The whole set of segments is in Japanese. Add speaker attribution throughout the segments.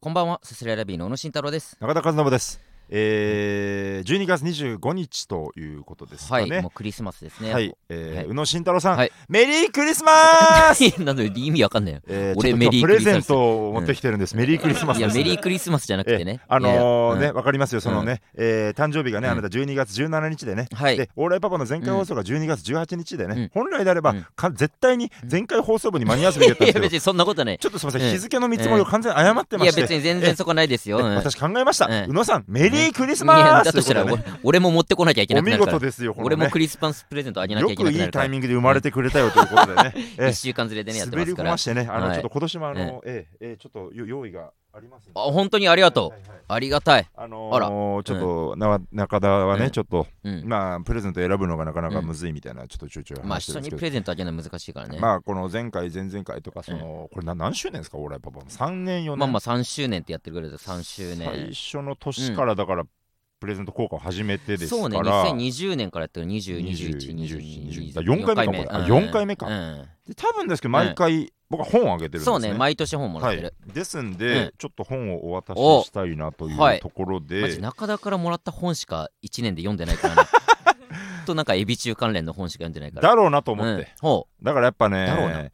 Speaker 1: こんばんは、せすらラビーの小野慎太郎です。
Speaker 2: 中田和信です。えー、12月25日ということですか
Speaker 1: はい、
Speaker 2: ね
Speaker 1: もう。クリスマスですね。
Speaker 2: はい、えー
Speaker 1: はい
Speaker 2: 宇野慎太郎さん、
Speaker 1: はい
Speaker 2: メリークリスマ ス。
Speaker 1: なんで意味わかんないよ。
Speaker 2: えー、
Speaker 1: 俺
Speaker 2: ちょっと今
Speaker 1: メリー
Speaker 2: プ
Speaker 1: クリ
Speaker 2: レ
Speaker 1: スマス
Speaker 2: ゼントを持ってきてるんです。メリークリスマス
Speaker 1: いや、
Speaker 2: です。
Speaker 1: メリークリスマスじゃなくてね。
Speaker 2: えーあの
Speaker 1: いや
Speaker 2: ーね、
Speaker 1: いや
Speaker 2: わかりますよ。そのね、えー誕生日が
Speaker 1: う
Speaker 2: ね、
Speaker 1: ん
Speaker 2: あなた12月17日でね。
Speaker 1: うんはい。
Speaker 2: で、オーライパパの前回放送が12月18日でね、本来であれば、
Speaker 1: うん
Speaker 2: か絶対に前回放送部に間に合わせてやった
Speaker 1: い
Speaker 2: んで
Speaker 1: や、
Speaker 2: すけど、
Speaker 1: 別にそんなことない。
Speaker 2: ちょっとすみませ
Speaker 1: え
Speaker 2: ん、
Speaker 1: え
Speaker 2: 日付の見積もりを完全に誤って
Speaker 1: い
Speaker 2: ま
Speaker 1: や、
Speaker 2: して、
Speaker 1: 別に全然そこないですよ。
Speaker 2: え
Speaker 1: うん
Speaker 2: 私考えました、
Speaker 1: ええ
Speaker 2: 宇野さん、メリークリス
Speaker 1: い
Speaker 2: マ
Speaker 1: や
Speaker 2: ス
Speaker 1: だとしたら
Speaker 2: というこ
Speaker 1: 俺 俺も持ってこなきゃいけ
Speaker 2: とでね
Speaker 1: な
Speaker 2: お
Speaker 1: くなるから
Speaker 2: 見事ですよ、こ
Speaker 1: 俺
Speaker 2: れね
Speaker 1: もクリスマスプレゼントあげなきゃい
Speaker 2: よ
Speaker 1: けな
Speaker 2: く
Speaker 1: く
Speaker 2: い
Speaker 1: なる
Speaker 2: い
Speaker 1: か
Speaker 2: タイ
Speaker 1: ら
Speaker 2: ミングで生まれてくれたよということで ね、
Speaker 1: 1
Speaker 2: ええ
Speaker 1: 週間ずれでねやって
Speaker 2: 滑
Speaker 1: ま
Speaker 2: り
Speaker 1: すか
Speaker 2: 込
Speaker 1: ら
Speaker 2: ま
Speaker 1: あ
Speaker 2: してね、あ
Speaker 1: は
Speaker 2: の
Speaker 1: い
Speaker 2: ちょっと今年もあの、
Speaker 1: え
Speaker 2: ええええちょっとよ用意がありますので
Speaker 1: 本当にありがと
Speaker 2: は
Speaker 1: う
Speaker 2: いはいはい
Speaker 1: ありがたい
Speaker 2: あ
Speaker 1: あら
Speaker 2: のーちょっと、な中田は
Speaker 1: え
Speaker 2: ね、
Speaker 1: え
Speaker 2: ちょっと、
Speaker 1: うん
Speaker 2: まあ、プレゼント選ぶのがなかなかむずいみたいな、ちょっとちょいちょい
Speaker 1: まあ
Speaker 2: 話して
Speaker 1: 人
Speaker 2: るんで
Speaker 1: に
Speaker 2: すけ
Speaker 1: プ
Speaker 2: ど、
Speaker 1: レゼントあげるの難しいからね
Speaker 2: まあ、この前回、前々回とか、その、これな何周年ですか、俺、パパ、3年、4年、
Speaker 1: まあまあ3周年ってやってくれた3周
Speaker 2: 最
Speaker 1: 年
Speaker 2: 初の年からだから、プレゼント交換を始めてですから
Speaker 1: そうね2020年からやってる
Speaker 2: 20
Speaker 1: 202122
Speaker 2: 4回目かこれあ4回目かで多分ですけど毎回、僕は本をあげてるんですね
Speaker 1: そうね毎年本もらっ
Speaker 2: は
Speaker 1: てる
Speaker 2: い、ですんで、
Speaker 1: うん
Speaker 2: ちょっと本をお渡
Speaker 1: お
Speaker 2: ししたいなとい
Speaker 1: はいう
Speaker 2: ところで、
Speaker 1: マジ中田からもらった本しか1年で読んでない からねとなんかエビ中関連の本しか読んでないから
Speaker 2: だろうなと思って、
Speaker 1: うんほ
Speaker 2: だからやっぱね
Speaker 1: だろうな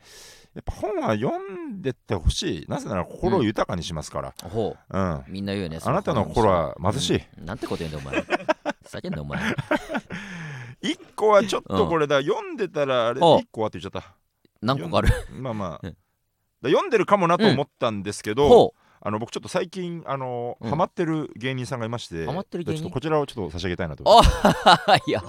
Speaker 2: やっぱ本は読んでってほしいなぜなら心を豊かにしますから、
Speaker 1: うほう
Speaker 2: うん
Speaker 1: みんな言うよね。
Speaker 2: あなたの心は貧しい、
Speaker 1: うんなんてこと言うんだお前。ふざけんなお 前。
Speaker 2: 一個はちょっとこれだ、読んでたらあれ
Speaker 1: お
Speaker 2: 一個はって言っちゃった
Speaker 1: 何個かある。
Speaker 2: まあまあ、
Speaker 1: うん
Speaker 2: だ読んでるかもなと思ったんですけど、
Speaker 1: ほ
Speaker 2: あの僕ちょっと最近あの、
Speaker 1: うん
Speaker 2: ハマってる芸人さんがいまして
Speaker 1: ハマってる芸人
Speaker 2: ちょっとこちらをちょっと差し上げたいなと
Speaker 1: う。あいや。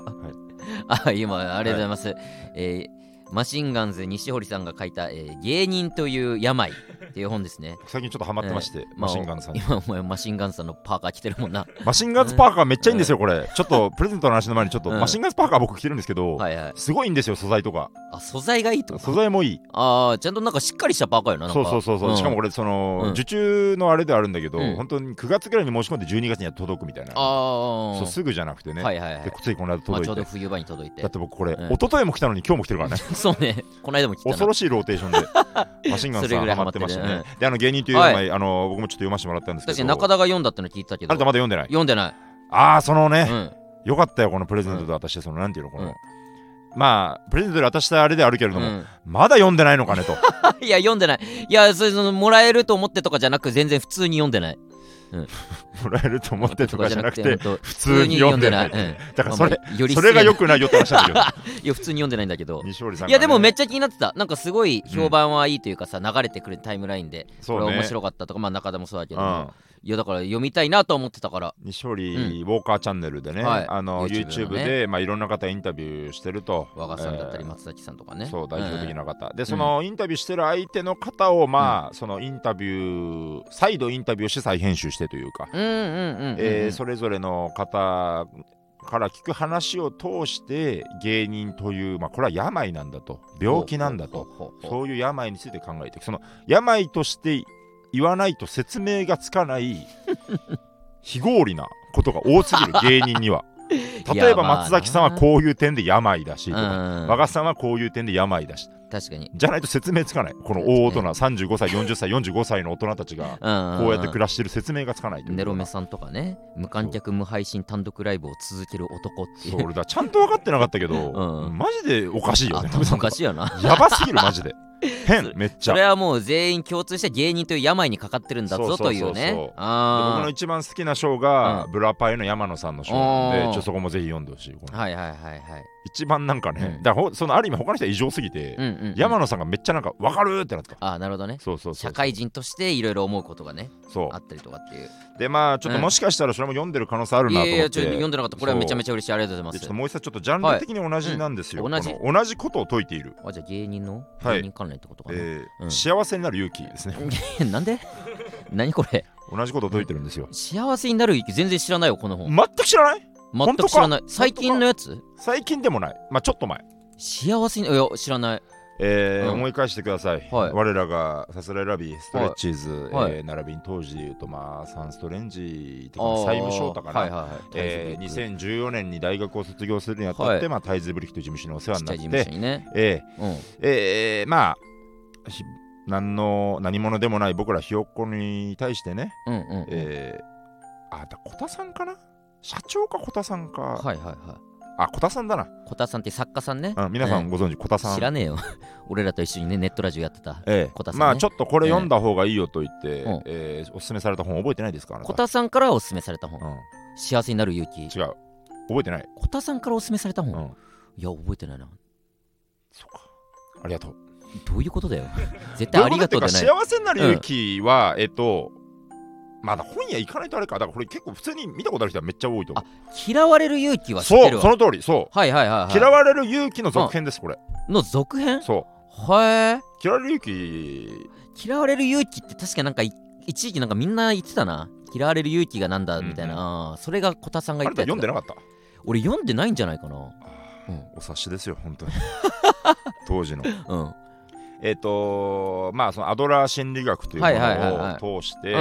Speaker 1: あ今ありがとうございます。えーマシンガンズ西堀さんが書いた、えー芸人という病っていう本ですね。
Speaker 2: 最近ちょっとハマってまして、
Speaker 1: えーあ
Speaker 2: マシンガンズさんに、
Speaker 1: 今 お前マシンガンズさんのパーカー着てるもんな。
Speaker 2: マシンガンズパーカーめっちゃいいんですよこれ、ちょっとプレゼントの話の前にちょっと、
Speaker 1: うん
Speaker 2: マシンガンズパーカー僕着てるんですけど、
Speaker 1: はいはい。
Speaker 2: すごいんですよ素材とか
Speaker 1: あ、素材がいいと。
Speaker 2: 素材もいい
Speaker 1: ああ、ちゃんとなんかしっかりしたパーカーよな。なん
Speaker 2: そ
Speaker 1: か
Speaker 2: うそうそうそう、
Speaker 1: ん
Speaker 2: しかもこれその、
Speaker 1: うん
Speaker 2: 受注のあれではあるんだけど、
Speaker 1: うん
Speaker 2: 本当に9月ぐらいに申し込んで12月には届くみたいな
Speaker 1: ああ。
Speaker 2: そうすぐじゃなくてね、
Speaker 1: はいはいはい
Speaker 2: で。ついこの間
Speaker 1: まあ、
Speaker 2: 届
Speaker 1: ちょ
Speaker 2: いう
Speaker 1: ど
Speaker 2: て、
Speaker 1: 冬場に届いて
Speaker 2: だっ。て僕これ、
Speaker 1: うん
Speaker 2: 一昨日も来たのに今日も来てるからね
Speaker 1: そうね。この間も来たな。
Speaker 2: 恐ろしいローテーショ ンでマシンガンズさんハマってまし
Speaker 1: そ
Speaker 2: た
Speaker 1: れぐらいハマ
Speaker 2: ね
Speaker 1: っ。
Speaker 2: であの芸人というよりも
Speaker 1: は
Speaker 2: あの僕もちょっと読ませてもらったんですけ
Speaker 1: 確
Speaker 2: ど、
Speaker 1: かに中田が読んだっての聞いたけ
Speaker 2: あ
Speaker 1: ど
Speaker 2: なたまだ読んでない。
Speaker 1: 読んで な
Speaker 2: ああその
Speaker 1: い、う
Speaker 2: ね、
Speaker 1: ん、
Speaker 2: よかったよこのプレゼントで渡してそのなんていうのこ
Speaker 1: う
Speaker 2: の
Speaker 1: ん
Speaker 2: まあプレゼントで渡したあれであるけれど
Speaker 1: う
Speaker 2: も
Speaker 1: ん
Speaker 2: まだ読んでないのかねと
Speaker 1: いや読んでないいやそれそのもらえると思ってとかじゃなく全然普通に読んでない
Speaker 2: もらえると思ってとかじゃなく
Speaker 1: とか
Speaker 2: て
Speaker 1: じゃなくて
Speaker 2: 普通に読んでない
Speaker 1: 普通に読んでないうん
Speaker 2: だからそれ
Speaker 1: まあまあより
Speaker 2: それがよ
Speaker 1: く
Speaker 2: くないよって話なん だけ
Speaker 1: いや普通に読んでないんだけど
Speaker 2: ど西堀さんが
Speaker 1: い
Speaker 2: ね
Speaker 1: やでもめっちゃ気になってたなんかすごい評判はいいというかさ、流れてくるタイムラインでこ
Speaker 2: そ
Speaker 1: れ
Speaker 2: うね
Speaker 1: 面白かったとかまあ中田もそうだけど、
Speaker 2: うん
Speaker 1: いやだから読みたいなと思ってたから
Speaker 2: 西堀ウォーカーチャンネルでね、
Speaker 1: はい
Speaker 2: あの
Speaker 1: YouTube の
Speaker 2: YouTube
Speaker 1: ね
Speaker 2: で、まあ、いろんな方インタビューしてると
Speaker 1: 和賀さんだった
Speaker 2: え
Speaker 1: り
Speaker 2: ー
Speaker 1: 松崎さんとかね、
Speaker 2: そう代表的
Speaker 1: ん
Speaker 2: な方、でそのインタビューしてる相手の方をまあ、そのインタビュー再度インタビューして再編集してというか、
Speaker 1: うんうんうんうんうん、
Speaker 2: えーそれぞれの方から聞く話を通して芸人という、まあ、これは病なんだと病気なんだと
Speaker 1: ほうほうほうほう
Speaker 2: そういう病について考えていくその病として言わないと説明がつかない 非合理なことが多すぎる芸人 には例えば松崎さんはこういう点で病だしとか
Speaker 1: うん
Speaker 2: 和賀さんはこういう点で病だし
Speaker 1: 確かに
Speaker 2: じゃないと説明つかないこの大大人35歳40歳45歳の大人たちがこ
Speaker 1: こ
Speaker 2: うやって暮らしてる説明がつかないというか
Speaker 1: ネロメさんとかね無観客無配信単独ライブを続ける男ってい
Speaker 2: そう
Speaker 1: う
Speaker 2: 俺だちゃんと分かってなかったけど、
Speaker 1: うん
Speaker 2: マジでおかしいよね
Speaker 1: 頭おかしいよ な
Speaker 2: やばすぎるマ ジで変めっち
Speaker 1: そ
Speaker 2: ゃ
Speaker 1: れ
Speaker 2: で
Speaker 1: はもう全員共通して芸人という病にかかってるんだ
Speaker 2: そ
Speaker 1: ぞ
Speaker 2: うそ
Speaker 1: と
Speaker 2: うそう
Speaker 1: い
Speaker 2: そう
Speaker 1: うね
Speaker 2: 僕の
Speaker 1: あ
Speaker 2: 一番好きな章が、
Speaker 1: う
Speaker 2: ブラパイの山野さんの章
Speaker 1: あ
Speaker 2: で
Speaker 1: ー
Speaker 2: ちょそこもぜひ読んでほしいこ
Speaker 1: あ
Speaker 2: の
Speaker 1: はいはいはいはい
Speaker 2: 一番なんかね、
Speaker 1: うん
Speaker 2: だからほそのある意味他の人は異常すぎて、
Speaker 1: うんうんうん
Speaker 2: 山野さんがめっちゃなんか分かるってなった
Speaker 1: ああなるほどね
Speaker 2: そうそうそ
Speaker 1: 社
Speaker 2: う
Speaker 1: 会人としていろいろ思うことがね
Speaker 2: そ
Speaker 1: あったりとかっていう
Speaker 2: うでまあちょっと
Speaker 1: うん
Speaker 2: もしかしたらそれも読んでる可能性ある
Speaker 1: い
Speaker 2: なと
Speaker 1: や
Speaker 2: 思って、
Speaker 1: いやちょっと読んでなかったこれはめちゃめ
Speaker 2: ち
Speaker 1: ちゃ嬉しいありがとうござい
Speaker 2: ちょっ
Speaker 1: ます
Speaker 2: ともう一冊ちょっとジャンル的に同じなんですよ、
Speaker 1: はいうん同じ
Speaker 2: この同じことを解いている、
Speaker 1: あじゃあ芸人の
Speaker 2: はい
Speaker 1: 芸人関連ってことかな
Speaker 2: えー
Speaker 1: うん
Speaker 2: 幸せになる勇気ですね
Speaker 1: なんで何これ
Speaker 2: 同じことを解いてるんですよ
Speaker 1: 幸せになる生き全然知らないよこの本
Speaker 2: 全く知らない
Speaker 1: 全
Speaker 2: 本当
Speaker 1: く
Speaker 2: か
Speaker 1: 知らない最近のやつ
Speaker 2: 最近でもないまあちょっと前、
Speaker 1: 幸せにいや知らない
Speaker 2: えー
Speaker 1: うん
Speaker 2: 思い返してください、
Speaker 1: はい
Speaker 2: 我らがさすらいラビーストレッチーズ、
Speaker 1: はい
Speaker 2: えー並びに当時で言うとまあサンストレンジと
Speaker 1: あー
Speaker 2: か債務翔太かな、
Speaker 1: はいはいはい
Speaker 2: えー
Speaker 1: 大丈夫
Speaker 2: 2014年に大学を卒業するにあたって、
Speaker 1: はい
Speaker 2: まあ、タイズブリックという事務所にお世
Speaker 1: ち
Speaker 2: 話
Speaker 1: っ
Speaker 2: に
Speaker 1: ちゃい事
Speaker 2: な
Speaker 1: 務
Speaker 2: っ
Speaker 1: 所
Speaker 2: て、
Speaker 1: にね
Speaker 2: えー
Speaker 1: うん
Speaker 2: えーまあひ何の何者でもない僕らひよっこに対してね、
Speaker 1: うんうん、
Speaker 2: えー、あだ小田さんかな社長か小田さんか、
Speaker 1: はいはいはい
Speaker 2: あ小田さんだな、
Speaker 1: 小田さんって作家さんね、
Speaker 2: うん、皆さ
Speaker 1: うん
Speaker 2: ご存知小田さん、
Speaker 1: 知らねえよ 俺らと一緒にねネットラジオやってた
Speaker 2: ええ
Speaker 1: 小田さんね
Speaker 2: まあちょっとこれ読んだ方がいいよと言って、え
Speaker 1: うん
Speaker 2: ーおすすめされた本覚えてないですかあなた
Speaker 1: 小田さんからおすすめされた本
Speaker 2: うん、
Speaker 1: 幸せになる勇気
Speaker 2: 違う覚えてない、
Speaker 1: 小田さんからおすすめされた
Speaker 2: うん
Speaker 1: 本、いや覚えてないな
Speaker 2: そうかありがとう
Speaker 1: どういうことだ よ絶対ありがとうじゃない
Speaker 2: どいことっていうか幸せになる勇気は、えっとまだ本屋行かないとあれかだからこれ結構普通に見たことある人はめっちゃ多いと思う
Speaker 1: 嫌われる勇気は知っ
Speaker 2: そ
Speaker 1: てる
Speaker 2: うそ
Speaker 1: わ
Speaker 2: の通りそ
Speaker 1: はいはいは
Speaker 2: う、
Speaker 1: い、はい、
Speaker 2: 嫌われる勇気の続編ですこれ
Speaker 1: の続編
Speaker 2: そう
Speaker 1: はえ
Speaker 2: 嫌われる勇気
Speaker 1: 嫌われる勇気って確かなんかい一時期なんかみんな言ってたな嫌われる勇気がなんだみたいな、
Speaker 2: うん
Speaker 1: あーそれが小田さん
Speaker 2: あ
Speaker 1: が
Speaker 2: な
Speaker 1: 言ったたやつ
Speaker 2: 読んで
Speaker 1: だ
Speaker 2: なかった
Speaker 1: 俺読んでないんじゃないかな
Speaker 2: お察しですよ本当に 当時の
Speaker 1: うんうん
Speaker 2: えっ、とまあそのアドラー心理学というも
Speaker 1: はいはいはいは
Speaker 2: のを通して、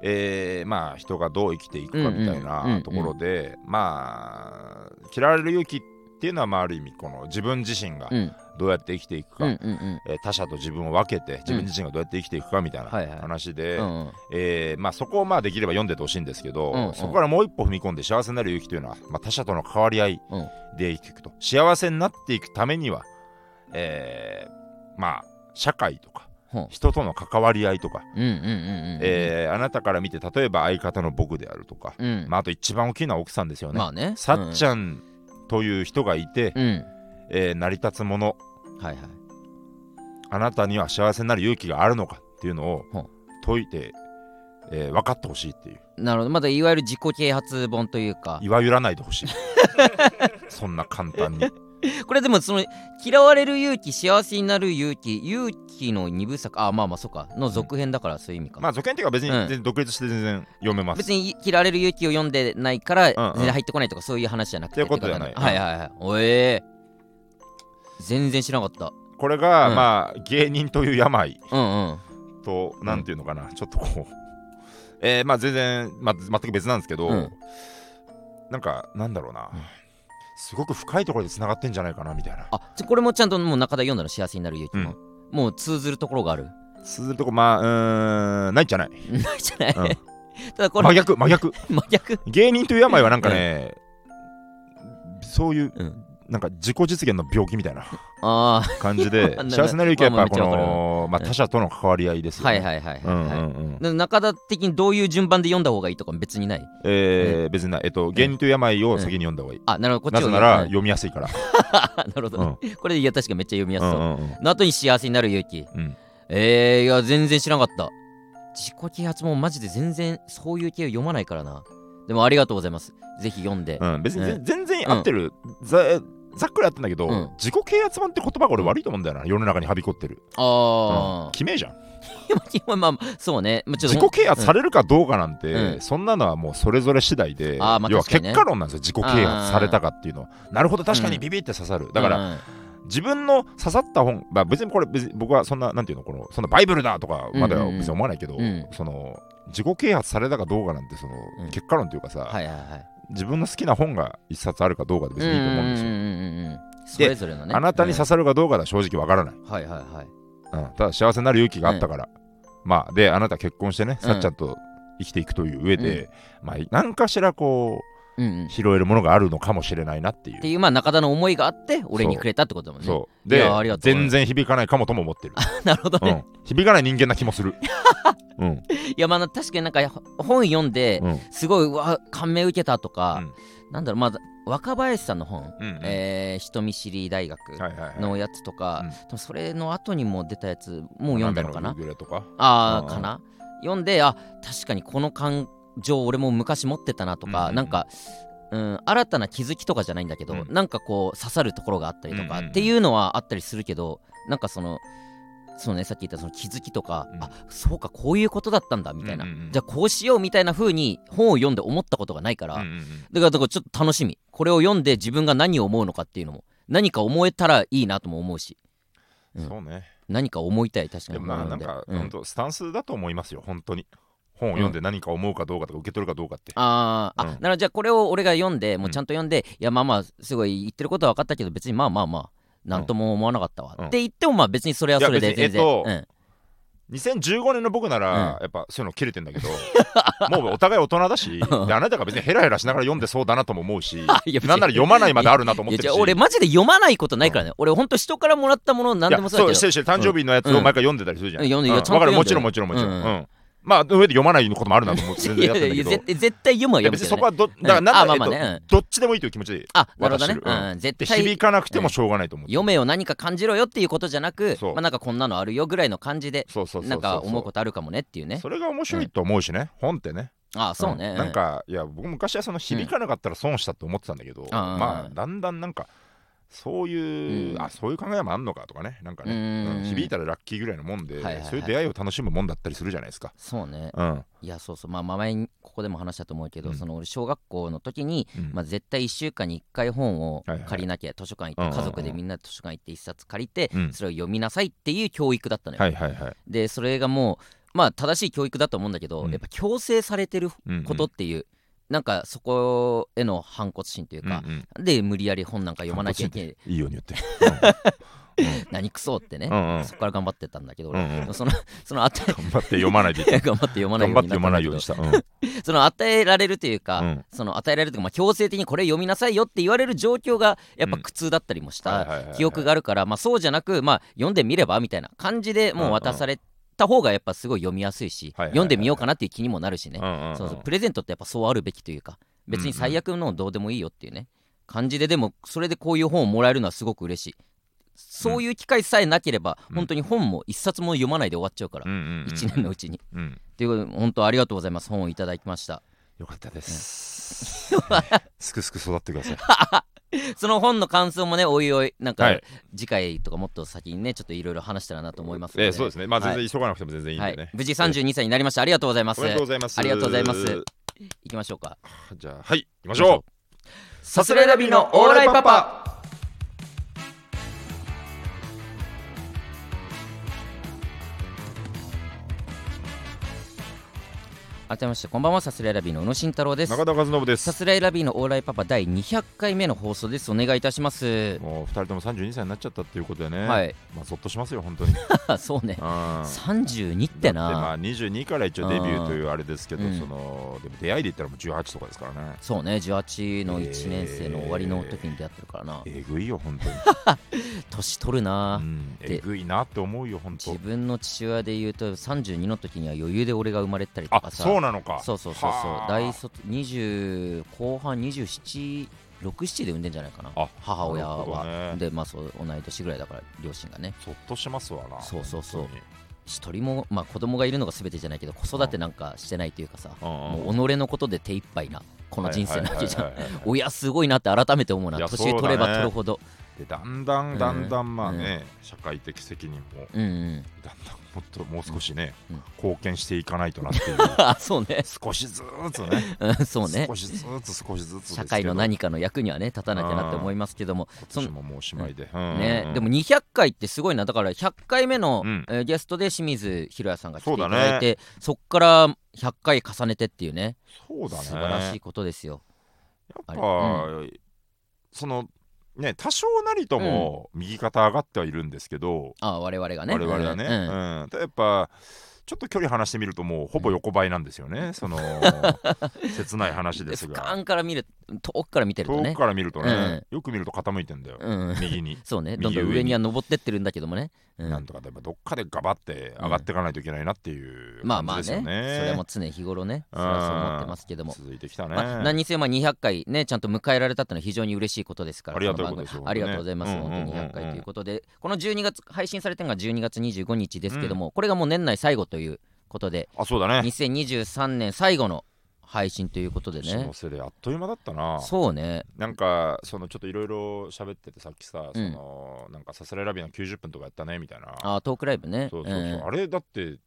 Speaker 2: えーまあ人がどう生きていくか
Speaker 1: う
Speaker 2: みたい
Speaker 1: んうんうんう
Speaker 2: なんところでまあ嫌われる勇気っていうのはまあある意味この自分自身が
Speaker 1: うん
Speaker 2: どうやって生きていくか、
Speaker 1: うんうんうん
Speaker 2: えー他者と自分を分けて自分自身がどうやって生きていくかみたいな
Speaker 1: はいはい
Speaker 2: 話で、
Speaker 1: うんうん
Speaker 2: えーまあ、そこをまあできれば読んでてほしいんですけど、
Speaker 1: うんうん
Speaker 2: そこからもう一歩踏み込んで幸せになる勇気というのは、まあ、他者との関わり合い
Speaker 1: うん
Speaker 2: で生きていくと、幸せになっていくためには、えーまあ社会とか
Speaker 1: ほう
Speaker 2: 人との関わり合いとか、
Speaker 1: うんうんうんうん
Speaker 2: えーあなたから見て例えば相方の僕であるとか、
Speaker 1: うん
Speaker 2: まあ、あと一番大きいのは奥さんですよね。
Speaker 1: まあね
Speaker 2: さっち
Speaker 1: ゃ
Speaker 2: ゃんという人がいて、
Speaker 1: うん、うん
Speaker 2: えー成り立つもの
Speaker 1: はいはい
Speaker 2: あなたには幸せになる勇気があるのかっていうの
Speaker 1: ほう
Speaker 2: を解いて、えー分かってほしいっていう
Speaker 1: なるほどまだいわゆる自己啓発本というか
Speaker 2: いわゆらないでほしい そんな簡単に
Speaker 1: これでもその嫌われる勇気幸せになる勇気勇気の二部作あまあまあそうかの続編だから、そういう意味か、
Speaker 2: まあ続編っていうか別に
Speaker 1: うん
Speaker 2: 全然独立して全然読めます、
Speaker 1: 別に嫌われる勇気を読んでないから
Speaker 2: んうん
Speaker 1: 全然入ってこないとかそういう話じゃなくて
Speaker 2: っていうことじゃない
Speaker 1: って感じはいはいはいおえー全然知らなかった
Speaker 2: これが、
Speaker 1: うん
Speaker 2: まあ芸人という病
Speaker 1: うんうん
Speaker 2: となんていうのかな、ちょっとこう えー、まあ全然、まあ、全く別なんですけど、
Speaker 1: うん
Speaker 2: なんかなんだろうな、
Speaker 1: うん
Speaker 2: すごく深いところでつながってんじゃないかなみたいな
Speaker 1: あじゃこれもちゃんともう中田読んだの幸せになる勇気も、もう通ずるところがある
Speaker 2: するとこまあうーんないんじゃない、
Speaker 1: ないじゃない、
Speaker 2: うん
Speaker 1: ただこれ
Speaker 2: 真逆真逆
Speaker 1: 真逆
Speaker 2: 芸人という病はなんかね、そういう
Speaker 1: うん
Speaker 2: なんか自己実現の病気みたいな
Speaker 1: ああ
Speaker 2: 感じで
Speaker 1: まあ
Speaker 2: 幸せになる勇気はやっぱこ
Speaker 1: まあまあめっちゃわか
Speaker 2: の、まあ、
Speaker 1: うん
Speaker 2: 他者との関わり合いですよ、
Speaker 1: はい
Speaker 2: ね。
Speaker 1: はいはいはい、
Speaker 2: う
Speaker 1: はい
Speaker 2: んうんうん
Speaker 1: で中田的にどういう順番で読んだ方がいいとかも別にない
Speaker 2: えー別にな、えっと、芸人という病を先に読んだ方がいい。
Speaker 1: あなるほどこ
Speaker 2: な
Speaker 1: っち
Speaker 2: ぜ
Speaker 1: を
Speaker 2: なら
Speaker 1: うん
Speaker 2: 読みやすいから。
Speaker 1: あなるほ
Speaker 2: う
Speaker 1: ど、
Speaker 2: ん
Speaker 1: これでいや確かめっちゃ読みやす
Speaker 2: う
Speaker 1: そ
Speaker 2: ん
Speaker 1: う、
Speaker 2: うんうん
Speaker 1: の後に幸せになる勇気、
Speaker 2: うん
Speaker 1: えー、いや全然知らなかった自己啓発もマジで全然そういう系を読まないからなでもありがとうございますぜひ読んで、
Speaker 2: うん別に
Speaker 1: ね
Speaker 2: 全全然合ってる。ざざっくり合ってんだけど、
Speaker 1: うん
Speaker 2: 自己啓発本って言葉が俺悪いと思うんだよな、世の中にはびこってる。うん
Speaker 1: ああ、
Speaker 2: 決めじゃん。
Speaker 1: 今まあまあそうねまあちょっ
Speaker 2: 自
Speaker 1: と
Speaker 2: 己啓発されるかどうかなんて、
Speaker 1: うん
Speaker 2: そんなのはもうそれぞれ次第で、
Speaker 1: あーまあ
Speaker 2: 要は
Speaker 1: 確かに
Speaker 2: 結
Speaker 1: ね
Speaker 2: 果論なんですよ、自己啓発されたかっていうのは。なるほど、確かにビビって刺さる。だから、
Speaker 1: うん
Speaker 2: 自分の刺さった本、まあ、別にこれ別に僕はそんななんていうのこのそんなバイブルだとかまで
Speaker 1: う
Speaker 2: は
Speaker 1: んうんうん
Speaker 2: 別に思わないけど、
Speaker 1: うん
Speaker 2: その自己啓発されたかどうかなんてその、
Speaker 1: うん
Speaker 2: 結果論というかさ、
Speaker 1: はいはいはい
Speaker 2: 自分の好きな本が一冊あるかどうかで別にいいと思うんですよ。
Speaker 1: うんうんうんうんうんそれぞれのね
Speaker 2: あなたに
Speaker 1: さ
Speaker 2: 刺さるかどうかは正直わからない、
Speaker 1: はいはいはい
Speaker 2: うんただ幸せになる勇気があったから、まあであなた結婚してね
Speaker 1: うん
Speaker 2: さっちゃんと生きていくという上で、まあ何かしら
Speaker 1: う
Speaker 2: こ
Speaker 1: んうん
Speaker 2: う
Speaker 1: っ
Speaker 2: 拾えるものがあるのかもしれないなっていう。
Speaker 1: ていうまあ中田の思いがあって俺にくれたってことだもんね
Speaker 2: そう
Speaker 1: い
Speaker 2: で
Speaker 1: やありがとう
Speaker 2: 全然響かないかもとも 思ってる、
Speaker 1: なるほど
Speaker 2: う
Speaker 1: ね、
Speaker 2: ん、響かない人間な気もす る、うん
Speaker 1: いやまあ確かになんかほ本読んで、
Speaker 2: うん、
Speaker 1: すごいうわ感銘受けたとか、なんだろうまあ若林さんの本、
Speaker 2: うんうん
Speaker 1: えー人見知り大学
Speaker 2: はいはいはい
Speaker 1: のやつとか、
Speaker 2: うん
Speaker 1: 多分それの後にも出たやつもう読んだのかな
Speaker 2: 雨夕暮れとか
Speaker 1: あ
Speaker 2: うん
Speaker 1: あかな読んであ確かにこの感情俺も昔持ってたなとか、
Speaker 2: うんうん
Speaker 1: なんか、うん、新たな気づきとかじゃないんだけど、
Speaker 2: うん
Speaker 1: なんかこう刺さるところがあったりとか、
Speaker 2: うんうんうん
Speaker 1: っていうのはあったりするけどなんかそのそうねさっき言ったその気づきとか、
Speaker 2: うん
Speaker 1: あそうかこういうことだったんだみたいな、
Speaker 2: うんうんうん
Speaker 1: じゃあこうしようみたいな風に本を読んで思ったことがないから、
Speaker 2: うんうんうん
Speaker 1: だからだからちょっと楽しみこれを読んで自分が何を思うのかっていうのも何か思えたらいいなとも思うしうん
Speaker 2: そうね
Speaker 1: 何か思いたい確か
Speaker 2: で
Speaker 1: に
Speaker 2: もまあ
Speaker 1: これを
Speaker 2: なん
Speaker 1: 読で
Speaker 2: か
Speaker 1: うん
Speaker 2: 本当スタンスだと思いますよ本当に本を読んで何か思うかどうかとか受け取るかどうかって
Speaker 1: あーあ、
Speaker 2: うん
Speaker 1: ならじゃあこれを俺が読んでもううんちゃんと読んで、いやまあまあすごい言ってることは分かったけど別にまあまあまあなんとも思わなかったわ、
Speaker 2: うん
Speaker 1: って言ってもまあ別にそれはそれ
Speaker 2: い
Speaker 1: で
Speaker 2: や別
Speaker 1: 全
Speaker 2: に
Speaker 1: 然、
Speaker 2: えっと
Speaker 1: うん
Speaker 2: 2015年の僕なら、
Speaker 1: う
Speaker 2: やっぱそういうの切れてんだけど もうお互い大人だしであなたが別にヘラヘラしながら読んでそうだなとも思うし
Speaker 1: いや別に
Speaker 2: なんなら読まないまであるなと思
Speaker 1: い
Speaker 2: っ
Speaker 1: や
Speaker 2: て
Speaker 1: じゃ
Speaker 2: る
Speaker 1: あ
Speaker 2: し
Speaker 1: 俺マジで読まないことないからね、俺ほんと人からもらったもの何でもそう
Speaker 2: いや
Speaker 1: だ
Speaker 2: し
Speaker 1: けど
Speaker 2: てるしてる誕生日のやつを毎回読んでたりするじゃん、
Speaker 1: うん読んでいや
Speaker 2: う
Speaker 1: ちゃんと
Speaker 2: わかるもち
Speaker 1: 読
Speaker 2: ろ
Speaker 1: んで
Speaker 2: んもちろんもちろん、
Speaker 1: う
Speaker 2: うんんまあ上で読まないこともあるなと思って全
Speaker 1: い
Speaker 2: 然
Speaker 1: や
Speaker 2: やってんだ
Speaker 1: いや
Speaker 2: けど
Speaker 1: 絶対絶対読むはい
Speaker 2: や
Speaker 1: 読む
Speaker 2: 別
Speaker 1: けど、
Speaker 2: にそ
Speaker 1: ね、
Speaker 2: こはど、だからなん
Speaker 1: あまあ
Speaker 2: だ、えっ
Speaker 1: まあ
Speaker 2: と
Speaker 1: ねうん
Speaker 2: どっちでもいいという気持ちでいい
Speaker 1: あなるほどね、
Speaker 2: 私うん
Speaker 1: うん、絶
Speaker 2: で
Speaker 1: 対
Speaker 2: 響かなくてもしょうがないと思って
Speaker 1: 読めよ何か感じろよっていうことじゃなく
Speaker 2: そう
Speaker 1: まあなんかこんなのあるよぐらいの感じで
Speaker 2: そうそうそうそう
Speaker 1: なんか思うことあるかもねっていうね
Speaker 2: それが面白いと思うしね、本ってね
Speaker 1: ああそうね、
Speaker 2: んなんかいや僕昔はその響かなかったら損したと思ってたんだけど、まあだんだんなんかそういう、
Speaker 1: うん
Speaker 2: あそういう考えもあんのかとかねなんかね、
Speaker 1: うん
Speaker 2: うん響いたらラッキーぐらいのもんで、
Speaker 1: はいはいはい
Speaker 2: そういう出会いを楽しむもんだったりするじゃないですか
Speaker 1: そうね
Speaker 2: うん
Speaker 1: いやそうそうまあまあ前にここでも話したと思うけど、
Speaker 2: うん
Speaker 1: その俺小学校の時に、
Speaker 2: うん
Speaker 1: まあ、絶対1週間に1回本を借りなきゃ、図書館行
Speaker 2: う
Speaker 1: っ
Speaker 2: んうん
Speaker 1: て
Speaker 2: う
Speaker 1: 家
Speaker 2: ん
Speaker 1: 族でみんなで図書館行って1冊借りて、
Speaker 2: うん
Speaker 1: それを読みなさいっていう教育だったのよ、
Speaker 2: はいはいはい
Speaker 1: でそれがもうまあ正しい教育だと思うんだけど、
Speaker 2: うん
Speaker 1: やっぱ強制されてる
Speaker 2: うんうん
Speaker 1: ことっていう、なんかそこへの反骨心というか
Speaker 2: う、んうん
Speaker 1: で無理やり本なんか読まなきゃいけない
Speaker 2: いいように言って
Speaker 1: 何クソってね、
Speaker 2: うんうん
Speaker 1: そこから頑張ってたんだけど、
Speaker 2: うんう
Speaker 1: 俺
Speaker 2: ん頑
Speaker 1: そのその与
Speaker 2: 張って読まないでいい
Speaker 1: え 頑張って読まない
Speaker 2: 頑
Speaker 1: よう
Speaker 2: 張
Speaker 1: に
Speaker 2: って
Speaker 1: な
Speaker 2: 読まないよう
Speaker 1: っ
Speaker 2: に
Speaker 1: た
Speaker 2: し
Speaker 1: んだ
Speaker 2: た、うん
Speaker 1: けどその与えられるというか、
Speaker 2: うん
Speaker 1: その与えられるというか、まあ、強制的にこれ読みなさいよって言われる状況がやっぱ苦痛だったりもし
Speaker 2: はいはい
Speaker 1: た
Speaker 2: はいはい
Speaker 1: 記憶があるから、まあ、そうじゃなく、まあ、読んでみればみたいな感じでもう渡された方がやっぱすごい読みやすいし、
Speaker 2: はいはいはいはい
Speaker 1: 読んでみようかなっていう気にもなるしね、
Speaker 2: うんうんうん
Speaker 1: そうそうプレゼントってやっぱそうあるべきというか別に最悪のどうでもいいよっていうね、感じででもそれでこういう本をもらえるのはすごく嬉しいそういう機会さえなければ、
Speaker 2: うん
Speaker 1: 本当に本も一冊も読まないで終わっちゃうから、
Speaker 2: うんうんうん
Speaker 1: 一年のうちに
Speaker 2: うん
Speaker 1: ということで本当ありがとうございます本をいただきました
Speaker 2: よかった です、すくすく育ってください
Speaker 1: その本の感想もねおいおいなんか、
Speaker 2: はい
Speaker 1: 次回とかもっと先にねちょっといろいろ話したらなと思いますので、
Speaker 2: えー、そうですねまあ
Speaker 1: はい
Speaker 2: 全然急がなくても全然いいん
Speaker 1: は
Speaker 2: でね、
Speaker 1: い、無事32歳になりましたありがとうございます
Speaker 2: おめでとうございます
Speaker 1: ありがとうございます行きましょうか
Speaker 2: じゃあはい行きましょう
Speaker 1: さすらいラビーのオーライパパ改めましてこんばんはさすらいラビーの宇野慎太郎です
Speaker 2: 中田和信で
Speaker 1: さ
Speaker 2: す
Speaker 1: すらいラビーのオーライパパ第200回目の放送ですお願いいたします
Speaker 2: もう二人とも32歳になっちゃったっていうことでね、
Speaker 1: はい
Speaker 2: まあゾッとしますよ本当に
Speaker 1: そうね
Speaker 2: あー
Speaker 1: 32って
Speaker 2: でま
Speaker 1: な
Speaker 2: あ22から一応デビューというあれですけど、
Speaker 1: うん
Speaker 2: そのでも出会いで言ったらもう18とかですからね
Speaker 1: そうね18の1年生の終わりの時に出会ってるからな
Speaker 2: えぐいよ本当に、
Speaker 1: 年取るな
Speaker 2: うん、
Speaker 1: で
Speaker 2: えぐいなって思うよ本当
Speaker 1: 自分の父親で言うと32の時には余裕で俺が生まれたりと
Speaker 2: あ
Speaker 1: かさ
Speaker 2: そうなのか
Speaker 1: そうそうそうそう
Speaker 2: はあ
Speaker 1: 大卒20後半2767で産んでんじゃないかな
Speaker 2: あ
Speaker 1: 母親
Speaker 2: なるほ
Speaker 1: は、
Speaker 2: どね
Speaker 1: でまあそう同い年ぐらいだから両親がね
Speaker 2: そっとしますわな
Speaker 1: そうそうそう
Speaker 2: 本当に
Speaker 1: 一人もまあ子供がいるのが全てじゃないけど子育てなんかしてないというかさ、
Speaker 2: うん
Speaker 1: もう己のことで手一杯なこの人生なわけじゃ
Speaker 2: は
Speaker 1: ん
Speaker 2: いはいはいはいはい
Speaker 1: 親すごいなって改めて思うない
Speaker 2: や
Speaker 1: 年取れば取るほど
Speaker 2: でだんだんだんだんまあ
Speaker 1: うん
Speaker 2: ね、社会的責任も
Speaker 1: うんうん
Speaker 2: だんだんもっともう少しね、
Speaker 1: うん
Speaker 2: 貢献していかないとなっていう
Speaker 1: あそうね
Speaker 2: 少しずつね
Speaker 1: うんそうね
Speaker 2: 少しずつ少しずつですけど
Speaker 1: 社会の何かの役にはね立たなきゃなって思いますけども
Speaker 2: 今
Speaker 1: そ
Speaker 2: 年
Speaker 1: の
Speaker 2: ももうおしまいで、うんうんう
Speaker 1: ね
Speaker 2: ん、
Speaker 1: でも200回ってすごいなだから100回目の、
Speaker 2: うん
Speaker 1: えーゲストで清水宏也さんが来てい
Speaker 2: そ
Speaker 1: た
Speaker 2: うだね
Speaker 1: だいてそ,、っから100回重ねてっていうね
Speaker 2: そうだね
Speaker 1: 素晴らしいことですよ
Speaker 2: やっぱ、そのね多少なりとも右肩上がってはいるんですけど、
Speaker 1: ああ我々がね
Speaker 2: 我々はね、
Speaker 1: うんうん
Speaker 2: うんただやっぱちょっと距離離してみるともうほぼ横ばいなんですよ ね、その切ない話で
Speaker 1: です俯
Speaker 2: が
Speaker 1: 瞰から見る遠くから見てると
Speaker 2: 遠
Speaker 1: ね
Speaker 2: くから見るとね、
Speaker 1: うん
Speaker 2: よく見ると傾いてんだよ、
Speaker 1: うん、。
Speaker 2: 右に
Speaker 1: そうね
Speaker 2: 右
Speaker 1: どんどん
Speaker 2: 上に
Speaker 1: 上には登ってってるんだけどもね、うん
Speaker 2: なんとかでもどっかでガバって上がっていかないといけないなっていう
Speaker 1: まあ
Speaker 2: 感
Speaker 1: ま
Speaker 2: じ
Speaker 1: あ
Speaker 2: で
Speaker 1: ね
Speaker 2: すよね。
Speaker 1: それも常日頃ねそれはそう思ってますけども
Speaker 2: 続いてきたね。
Speaker 1: まあ、何にせよまあ200回ねちゃんと迎えられたってのは非常に嬉しいことですから
Speaker 2: ありがたいことです
Speaker 1: この番
Speaker 2: よ
Speaker 1: 組ありがとうございます、
Speaker 2: 本当ね
Speaker 1: 本当に
Speaker 2: うんうんうんうん
Speaker 1: 200回ということでこの12月配信されてるのが12月25日ですけども、これがもう年内最後ということで
Speaker 2: あそうだね。
Speaker 1: 2023年最後の配信ということで
Speaker 2: 年
Speaker 1: ね
Speaker 2: の瀬であっという間だったな。
Speaker 1: そうね
Speaker 2: なんかそのちょっといろいろ喋っててさっきさ、
Speaker 1: うん
Speaker 2: そのなんかさすらいラビの90分とかやったねみたいな。
Speaker 1: あートークライブね
Speaker 2: そうそうそう、
Speaker 1: ん
Speaker 2: あれだって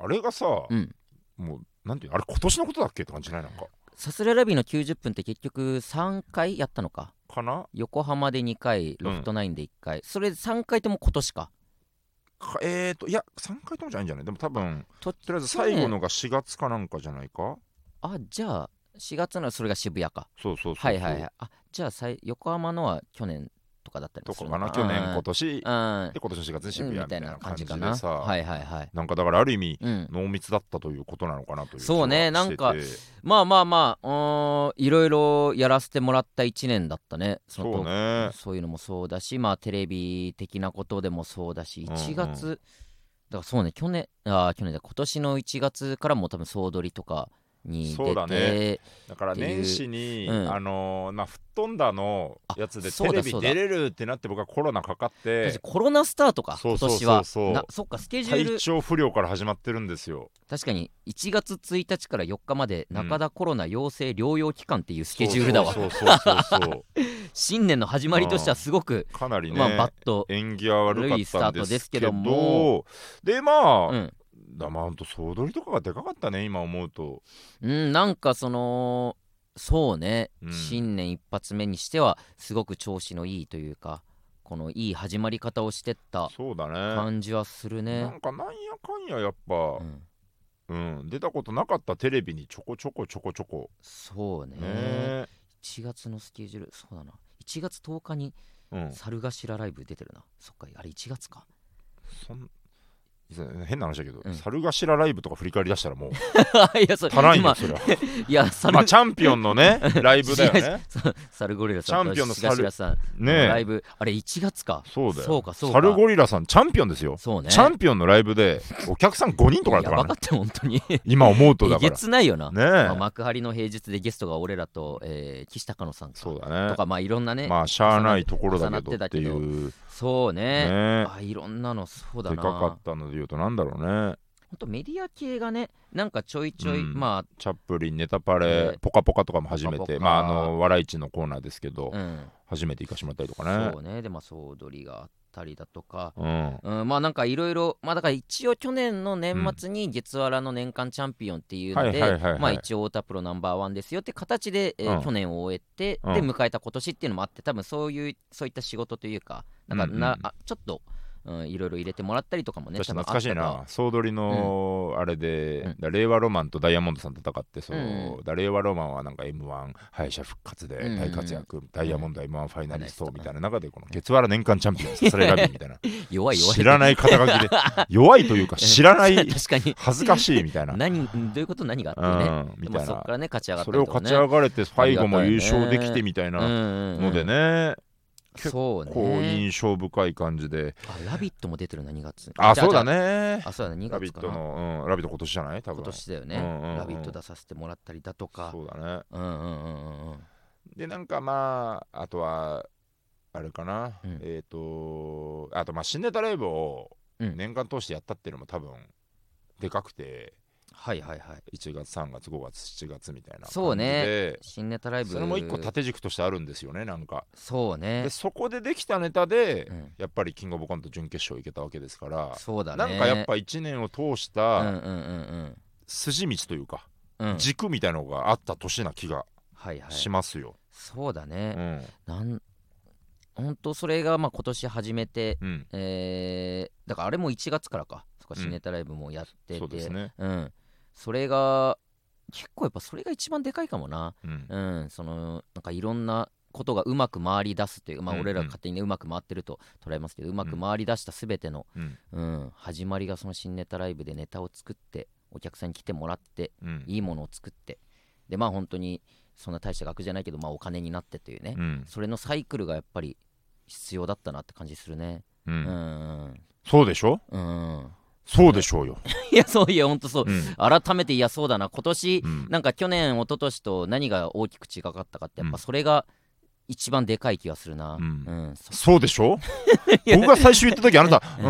Speaker 2: あれがさ、
Speaker 1: うん
Speaker 2: もうなんていうのあれ今年のことだっけって感じじゃないなんか
Speaker 1: さすらいラビーの90分って結局3回やったのか
Speaker 2: かな
Speaker 1: 横浜で2回ロフトナインで1回、それ3回とも今年か
Speaker 2: かえーといや3回ともじゃないんじゃないでも多分
Speaker 1: とと
Speaker 2: とりあえず最後のが4月かなんかじゃないか
Speaker 1: あじゃあ4月ならそれが渋谷か
Speaker 2: そうそうそうそ
Speaker 1: は
Speaker 2: う
Speaker 1: いはいはい。あじゃあさい横浜のは去年とかだったり
Speaker 2: と
Speaker 1: す
Speaker 2: か
Speaker 1: る
Speaker 2: かな去年今年
Speaker 1: うん
Speaker 2: で今年の4月に渋
Speaker 1: うん
Speaker 2: 谷
Speaker 1: み
Speaker 2: み
Speaker 1: た
Speaker 2: た
Speaker 1: い
Speaker 2: い
Speaker 1: な
Speaker 2: な
Speaker 1: 感
Speaker 2: 感
Speaker 1: じ
Speaker 2: じ
Speaker 1: か
Speaker 2: で
Speaker 1: な
Speaker 2: さ、
Speaker 1: はいはいはい
Speaker 2: なんかだからある意味
Speaker 1: うん
Speaker 2: 濃密だったということなのかなという
Speaker 1: そうね
Speaker 2: 気がしてて
Speaker 1: なんかまあまあまあうーんいろいろやらせてもらった1年だったねその
Speaker 2: そうね
Speaker 1: そういうのもそうだしまあテレビ的なことでもそうだし
Speaker 2: うんうん
Speaker 1: 1月、だからそうね去年あー去年だ今年の1月からも多分総取りとかに出て
Speaker 2: そうだねだから
Speaker 1: っていう
Speaker 2: 年始に、
Speaker 1: うん
Speaker 2: あのーまあ吹っ飛んだのやつで
Speaker 1: あそう
Speaker 2: テ
Speaker 1: だ
Speaker 2: レビ
Speaker 1: そうだ
Speaker 2: 出れるってなって僕はコロナかかって
Speaker 1: 私コロナスタートか今
Speaker 2: そうそうそう
Speaker 1: 年は
Speaker 2: そう
Speaker 1: なそっかスケジュー
Speaker 2: 体
Speaker 1: ル
Speaker 2: 調不良から始まってるんですよ
Speaker 1: 確かに1月1日から4日まで
Speaker 2: うん
Speaker 1: 中田コロナ陽性療養期間っていうスケジュールだわ
Speaker 2: そうそうそうそうそう
Speaker 1: 新年の始まりとしてはすごく、
Speaker 2: かなりね、
Speaker 1: まあバッと
Speaker 2: 演技は悪かったん
Speaker 1: 悪いスタートで
Speaker 2: ですす
Speaker 1: け
Speaker 2: け
Speaker 1: ど
Speaker 2: ど
Speaker 1: も
Speaker 2: でまあ、
Speaker 1: うん、
Speaker 2: だまあほんと総取りとかがでかかったね今思うと
Speaker 1: うん、なんかそのそうね、
Speaker 2: うん
Speaker 1: 新年一発目にしてはすごく調子のいいというかこのいい始まり方をしてった
Speaker 2: そうだね
Speaker 1: 感じはする
Speaker 2: な
Speaker 1: ね
Speaker 2: ん、かなんやかんややっぱ
Speaker 1: う、ん、
Speaker 2: うん出たことなかったテレビにちょこちょこちょこちょこ
Speaker 1: そうね
Speaker 2: ねえ、
Speaker 1: 1月のスケジュールそうだな1月10日に
Speaker 2: うん、
Speaker 1: 猿頭ライブ出てるな、そっかあれ1月 か
Speaker 2: そんいや変な話だけど、
Speaker 1: うん
Speaker 2: 猿頭ライブとか振り返り出したらもう
Speaker 1: いやそ
Speaker 2: 足らんよ
Speaker 1: 今
Speaker 2: それはい
Speaker 1: や猿、
Speaker 2: まあチャンピオンの ねライブだよね
Speaker 1: そう猿ゴリラさん
Speaker 2: チャンピオンの
Speaker 1: 猿
Speaker 2: 猿
Speaker 1: 頭さんラ
Speaker 2: ね
Speaker 1: イ
Speaker 2: え
Speaker 1: ブあれ1月か
Speaker 2: そうだよ
Speaker 1: そうかそうか
Speaker 2: 猿ゴリラさんチャンピオンですよ、
Speaker 1: そうね
Speaker 2: チャンピオンのライブでお客さん5人とかだった
Speaker 1: や
Speaker 2: か
Speaker 1: ば
Speaker 2: らね
Speaker 1: かったよ本当に
Speaker 2: 今思うと
Speaker 1: え
Speaker 2: だか
Speaker 1: げ
Speaker 2: ら
Speaker 1: つないよな、まあ
Speaker 2: ねえ
Speaker 1: 幕張の平日でゲストが俺らと、えー岸高野さんか
Speaker 2: そうだ
Speaker 1: と
Speaker 2: ね
Speaker 1: かまあいろんなね、
Speaker 2: まあしゃあないところだけどってい
Speaker 1: 重
Speaker 2: う
Speaker 1: そうね
Speaker 2: ね
Speaker 1: あいろんなのそうだ
Speaker 2: で
Speaker 1: な
Speaker 2: かかったので言うとなんだろうね
Speaker 1: ほんとメディア系がねなんかちょいちょい、
Speaker 2: うん
Speaker 1: ま
Speaker 2: チャップリンネタパ
Speaker 1: ええ
Speaker 2: レ「ぽかぽか」とかも初め
Speaker 1: ぽかぽ
Speaker 2: て
Speaker 1: か
Speaker 2: まああの笑い市のコーナーですけど
Speaker 1: あ、うん、
Speaker 2: 初めて行かしてもらったりとかね
Speaker 1: そうねでまあ総踊りがあったりだとか
Speaker 2: うん
Speaker 1: うん、まあなんかいろいろまあだから一応去年の年末に月わらの年間チャンピオンっていうので
Speaker 2: はいはいはいはい
Speaker 1: まあ一応太田プロナンバーワンですよって形で、えー
Speaker 2: うん
Speaker 1: 去年を終えて、
Speaker 2: うん
Speaker 1: で迎えた今年っていうのもあって多分そういうそういった仕事というかなんかな、
Speaker 2: うんうん
Speaker 1: あちょっと、うん、いろいろ入れてもらったりとかもね
Speaker 2: 確か
Speaker 1: 多
Speaker 2: に
Speaker 1: 分
Speaker 2: 懐かしい
Speaker 1: あった
Speaker 2: な総取りのあれで、
Speaker 1: うん
Speaker 2: だ令和ロマンとダイヤモンドさん戦ってそう、
Speaker 1: うん
Speaker 2: だ令和ロマンはなんか m 1敗者復活で
Speaker 1: うん
Speaker 2: 大活躍、ダイヤモンド m 1ファイナリス
Speaker 1: う
Speaker 2: ト
Speaker 1: ん
Speaker 2: みたいな中でこの月原年間チャンピオンサスレラビー みたいな
Speaker 1: と弱い弱い
Speaker 2: 知ら
Speaker 1: い
Speaker 2: ない肩書きで弱いというか知らない
Speaker 1: 確かに
Speaker 2: 恥ずかしいみ たいな、
Speaker 1: 何どういうこと何が
Speaker 2: う
Speaker 1: あってね、
Speaker 2: ん、み
Speaker 1: でも
Speaker 2: たい
Speaker 1: そこ
Speaker 2: な
Speaker 1: からね勝ち上がった
Speaker 2: そ
Speaker 1: り
Speaker 2: れを
Speaker 1: とか、
Speaker 2: 勝
Speaker 1: ね、
Speaker 2: ち上がれて最後も
Speaker 1: あり
Speaker 2: 優
Speaker 1: がたいね
Speaker 2: 勝できてみたいなので
Speaker 1: うんうんうん、
Speaker 2: ね、結
Speaker 1: そうね
Speaker 2: こう印象深い感じで
Speaker 1: あラビットも出てるな2月
Speaker 2: あそうだ
Speaker 1: ね
Speaker 2: ね
Speaker 1: あそうだね2
Speaker 2: 「ラビ
Speaker 1: 月
Speaker 2: ッ
Speaker 1: か
Speaker 2: ト!」
Speaker 1: な
Speaker 2: の、うん「ラビット!」今年じゃない多分
Speaker 1: 今年だよね、
Speaker 2: うんうんうん
Speaker 1: ラビット出させてもらったりだとか、
Speaker 2: そうだね
Speaker 1: うんうんうんうんうん、
Speaker 2: でなんかまああとはあれかな、
Speaker 1: うん
Speaker 2: えっ、とあとまあ新ネタライブを
Speaker 1: うん
Speaker 2: 年間通してやったっていうのも多分でかくて
Speaker 1: はいはいはい、
Speaker 2: 1月3月5月7月みたいな感じで
Speaker 1: そうね新ネタライブ、
Speaker 2: それも一個縦軸としてあるんですよねなんか
Speaker 1: そうね
Speaker 2: で、そこでできたネタで、
Speaker 1: うん、
Speaker 2: やっぱりキングオブコント準決勝行けたわけですから、
Speaker 1: そうだね、
Speaker 2: なんかやっぱ1年を通した
Speaker 1: うんうんうん
Speaker 2: 筋道というか、
Speaker 1: うん、うん、
Speaker 2: 軸みたいのがあった年な気が
Speaker 1: はいはい、
Speaker 2: しますよ、
Speaker 1: そうだね、
Speaker 2: うん
Speaker 1: なん本当それがまあ今年始めて、
Speaker 2: うん
Speaker 1: えー、だからあれも1月からか、そっか
Speaker 2: うん
Speaker 1: 新ネタライブもやってて、
Speaker 2: そうですね、
Speaker 1: うん、それが結構やっぱそれが一番でかいかもな、
Speaker 2: うん
Speaker 1: うん、そのなんかいろんなことがうまく回り出すという、まあ、
Speaker 2: うんうん
Speaker 1: 俺ら勝手にねうまく回ってると捉えますけど、うまく回り出したすべての、
Speaker 2: うん
Speaker 1: うん、始まりがその新ネタライブでネタを作ってお客さんに来てもらって
Speaker 2: うん
Speaker 1: いいものを作ってでまあ本当にそんな大した額じゃないけど、まあ、お金になってというね、
Speaker 2: うん
Speaker 1: それのサイクルがやっぱり必要だったなって感じするね。
Speaker 2: う
Speaker 1: うんん
Speaker 2: そうでしょ
Speaker 1: うんうん、
Speaker 2: そうでしょうよ、
Speaker 1: いやそういや本当そう、
Speaker 2: うん
Speaker 1: 改めていやそうだな今年、
Speaker 2: うん
Speaker 1: なんか去年一昨年と何が大きく違かったかってやっ
Speaker 2: う
Speaker 1: ぱ
Speaker 2: ん
Speaker 1: それが一番でかい気がするな、う
Speaker 2: うんん
Speaker 1: そ
Speaker 2: そうでし ょ僕が最初言った時あなた「う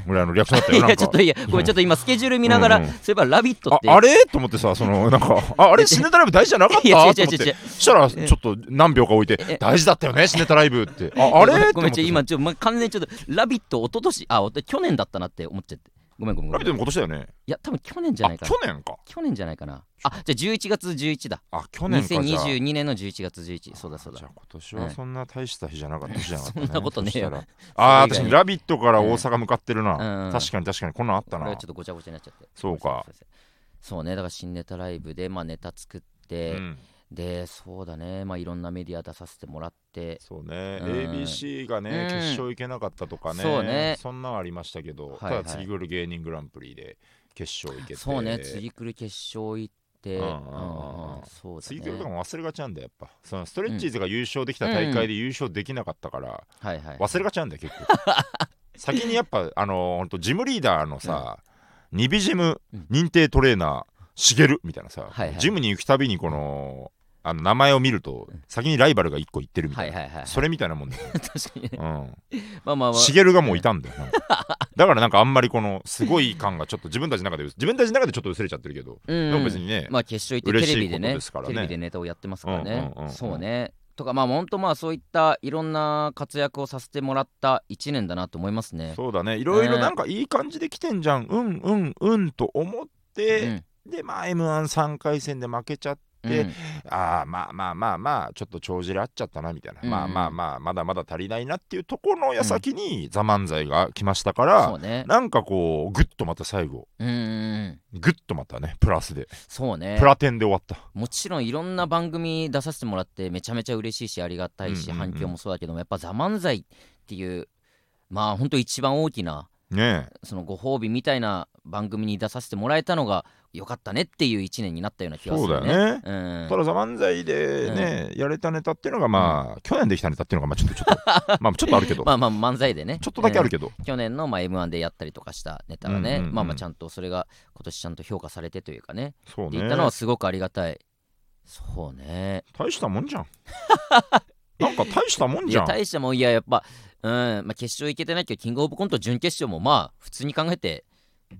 Speaker 2: ん」ぐらいのリアクションだった
Speaker 1: い
Speaker 2: よなん
Speaker 1: や
Speaker 2: か
Speaker 1: ちょっといやこれちょっと今スケジュール見ながら、
Speaker 2: うんうん
Speaker 1: そういえば「ラビット!」っ
Speaker 2: あ
Speaker 1: て
Speaker 2: あれと思ってさ、そのなん か、ああれ、シネタライブ大事じゃなかった
Speaker 1: い
Speaker 2: と
Speaker 1: や違う
Speaker 2: 思っ
Speaker 1: 違う違う違う
Speaker 2: て、そしたら、ちょっと何秒か置い
Speaker 1: え
Speaker 2: て、大事だったよね、シネタライブって。ああ
Speaker 1: ごめ
Speaker 2: れ
Speaker 1: んごめんちょ
Speaker 2: と思って
Speaker 1: 今ちょ、ま、完全にちょっと「ラビット!」一昨年あおと去年だったなって思っちゃってごめんごめんご
Speaker 2: ラ
Speaker 1: め
Speaker 2: ビ
Speaker 1: ん
Speaker 2: ットでも今年だよね。
Speaker 1: いや多分去年じゃな
Speaker 2: あ
Speaker 1: いか
Speaker 2: 去
Speaker 1: な
Speaker 2: 年か。
Speaker 1: 去年じゃないかなあじゃあ11月11だ
Speaker 2: あ、去年か。じゃあ
Speaker 1: 2022年の11月11そうだそう
Speaker 2: じゃ
Speaker 1: だ
Speaker 2: あ今年はそんな大した日じゃなかった日じゃなかった、ね、
Speaker 1: そんなことねえよ
Speaker 2: そしたらあ
Speaker 1: それ以外
Speaker 2: あ確
Speaker 1: に
Speaker 2: かに「ラビット!」から大阪向かってる
Speaker 1: うんう
Speaker 2: な、
Speaker 1: ん
Speaker 2: 確かに確かにこんなんあった
Speaker 1: これ
Speaker 2: な
Speaker 1: はちょっとごちゃごちゃになっちゃって
Speaker 2: そうか
Speaker 1: そうねだから新ネタライブでまあネタ作って、
Speaker 2: うん
Speaker 1: でそうだねまあいろんなメディア出させてもらって
Speaker 2: そうね、
Speaker 1: うん
Speaker 2: ABC がね、
Speaker 1: うん
Speaker 2: 決勝行けなかったとかね
Speaker 1: そ
Speaker 2: そ
Speaker 1: うんね
Speaker 2: なのありましたけど、
Speaker 1: はいはい
Speaker 2: ただ次来る芸人グランプリで決勝行けて
Speaker 1: そうね次来る決勝行って
Speaker 2: うん
Speaker 1: う
Speaker 2: うん
Speaker 1: ん
Speaker 2: うん
Speaker 1: うんそうだ
Speaker 2: 次来るとか
Speaker 1: ね
Speaker 2: も忘れがちなんだよやっぱそのストレッチーズが優勝できた大会で優勝できなかったから、
Speaker 1: はいはい
Speaker 2: 忘れがちなんだよ結 構先にやっぱあの本当ジムリーダーのさ、ニビジム
Speaker 1: うん
Speaker 2: 認定トレーナーしげるみたいなさ、
Speaker 1: はいはい
Speaker 2: ジムに行くたびにこのあの名前を見ると先にライバルが1個行ってるみた
Speaker 1: はいい
Speaker 2: な、
Speaker 1: はいはい
Speaker 2: それみたいなもんだよ、
Speaker 1: 確かにね
Speaker 2: うん、
Speaker 1: ま あまあまあ
Speaker 2: しげるがもういたんだよなんかだからなんかあんまりこのすごい感がちょっと自分たちの中で自分たちの中でちょっと薄れちゃってるけど、
Speaker 1: うん
Speaker 2: でも別にね、
Speaker 1: まあ決勝行ってテレビで
Speaker 2: 嬉しいこと
Speaker 1: ね
Speaker 2: ですから
Speaker 1: テ
Speaker 2: ね
Speaker 1: レビでネタをやってますからね、
Speaker 2: うんうんうんうん
Speaker 1: そうねとかまあ本当まあそういったいろんな活躍をさせてもらった1年だなと思いますね
Speaker 2: そうだねいろいろなんかいい感じで来てんじゃん、うんうんうんと思って、でまあ m 1 3回戦で負けちゃって
Speaker 1: うん
Speaker 2: で
Speaker 1: うん
Speaker 2: ああまあまあまあまあちょっと帳尻合っちゃったなみたいな、
Speaker 1: うんうん
Speaker 2: まあまあまあまだまだ足りないなっていうところの矢先に「ザ漫才が来ましたから、
Speaker 1: そうね
Speaker 2: なんかこうグッとまた最後
Speaker 1: うんうんうん
Speaker 2: グッとまたねプラスで
Speaker 1: そうね
Speaker 2: プラテンで終わった、
Speaker 1: もちろんいろんな番組出させてもらってめちゃめちゃ嬉しいしありがたいし
Speaker 2: うんうんう
Speaker 1: 反
Speaker 2: ん
Speaker 1: 響もそうだけどもやっぱ「ザ漫才っていうまあ本当一番大きな
Speaker 2: ねえ
Speaker 1: そのご褒美みたいな番組に出させてもらえたのが良かったねっていう1年になったような気がす
Speaker 2: そう
Speaker 1: る
Speaker 2: だよ
Speaker 1: ね。
Speaker 2: ね、
Speaker 1: うん
Speaker 2: ただ「ザ漫才でね、やれたネタっていうのがまあ、去年できたネタっていうのがまあちょっとち ょっとまあちょっとあるけど、
Speaker 1: まあまあ漫才でね
Speaker 2: ちょっとだけある
Speaker 1: け
Speaker 2: けど、
Speaker 1: ど、去年のまあ m 1でやったりとかしたネタがね、
Speaker 2: うんうんうん
Speaker 1: まあまあちゃんとそれが今年ちゃんと評価されてというかね
Speaker 2: そう
Speaker 1: って
Speaker 2: ね
Speaker 1: 言ったのはすごくありがたいそうね
Speaker 2: 大したもん じゃんなんか大したもん
Speaker 1: い
Speaker 2: じゃ
Speaker 1: や
Speaker 2: ん
Speaker 1: 大したもんいややっぱうん、まあ、決勝行けてないけどキングオブコント準決勝もまあ普通に考えて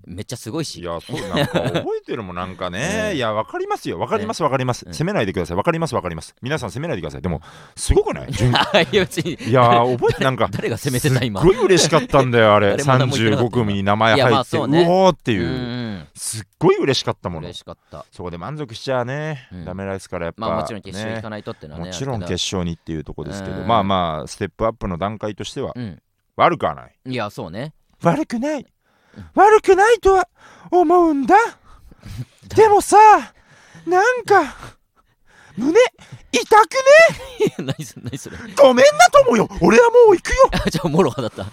Speaker 1: めっちゃすごい
Speaker 2: い
Speaker 1: し
Speaker 2: や、そう、なんか覚えてるもん、なんか
Speaker 1: ね
Speaker 2: ね。いや、わかりますよ。わかります、わかります。
Speaker 1: うん
Speaker 2: 責めないでください。わかります、わかります。皆さん責めないでください。でも、すご くない順
Speaker 1: いや 別に
Speaker 2: いやー、覚えて、なんか、
Speaker 1: 誰が攻めてた今
Speaker 2: すっごい嬉しかったんだよ、あれ。
Speaker 1: 誰も何も言ってなかった
Speaker 2: 35組に名前
Speaker 1: いやま
Speaker 2: 入
Speaker 1: あ
Speaker 2: って、う
Speaker 1: そ
Speaker 2: お
Speaker 1: うね
Speaker 2: ーっていうう。
Speaker 1: ん
Speaker 2: すっごい嬉しかったもの
Speaker 1: 嬉。しかった
Speaker 2: そこで満足しちゃね
Speaker 1: うん、
Speaker 2: ダメですから、やっぱ。
Speaker 1: まあもちろん決勝行か
Speaker 2: ね
Speaker 1: ないとってのはね
Speaker 2: もちろん
Speaker 1: あ
Speaker 2: 決
Speaker 1: れだ
Speaker 2: 勝にっていうとこですけ
Speaker 1: う
Speaker 2: ど、
Speaker 1: ん
Speaker 2: まあまあ、ステップアップの段階としては、
Speaker 1: うん
Speaker 2: 悪くはない。
Speaker 1: いやそうね
Speaker 2: 悪くない
Speaker 1: うん
Speaker 2: 悪くないとは思う んだでもさなんか胸痛くね
Speaker 1: 何それ何それ
Speaker 2: ごめんなともよ俺はもう行くよ
Speaker 1: あじゃあモロハ だった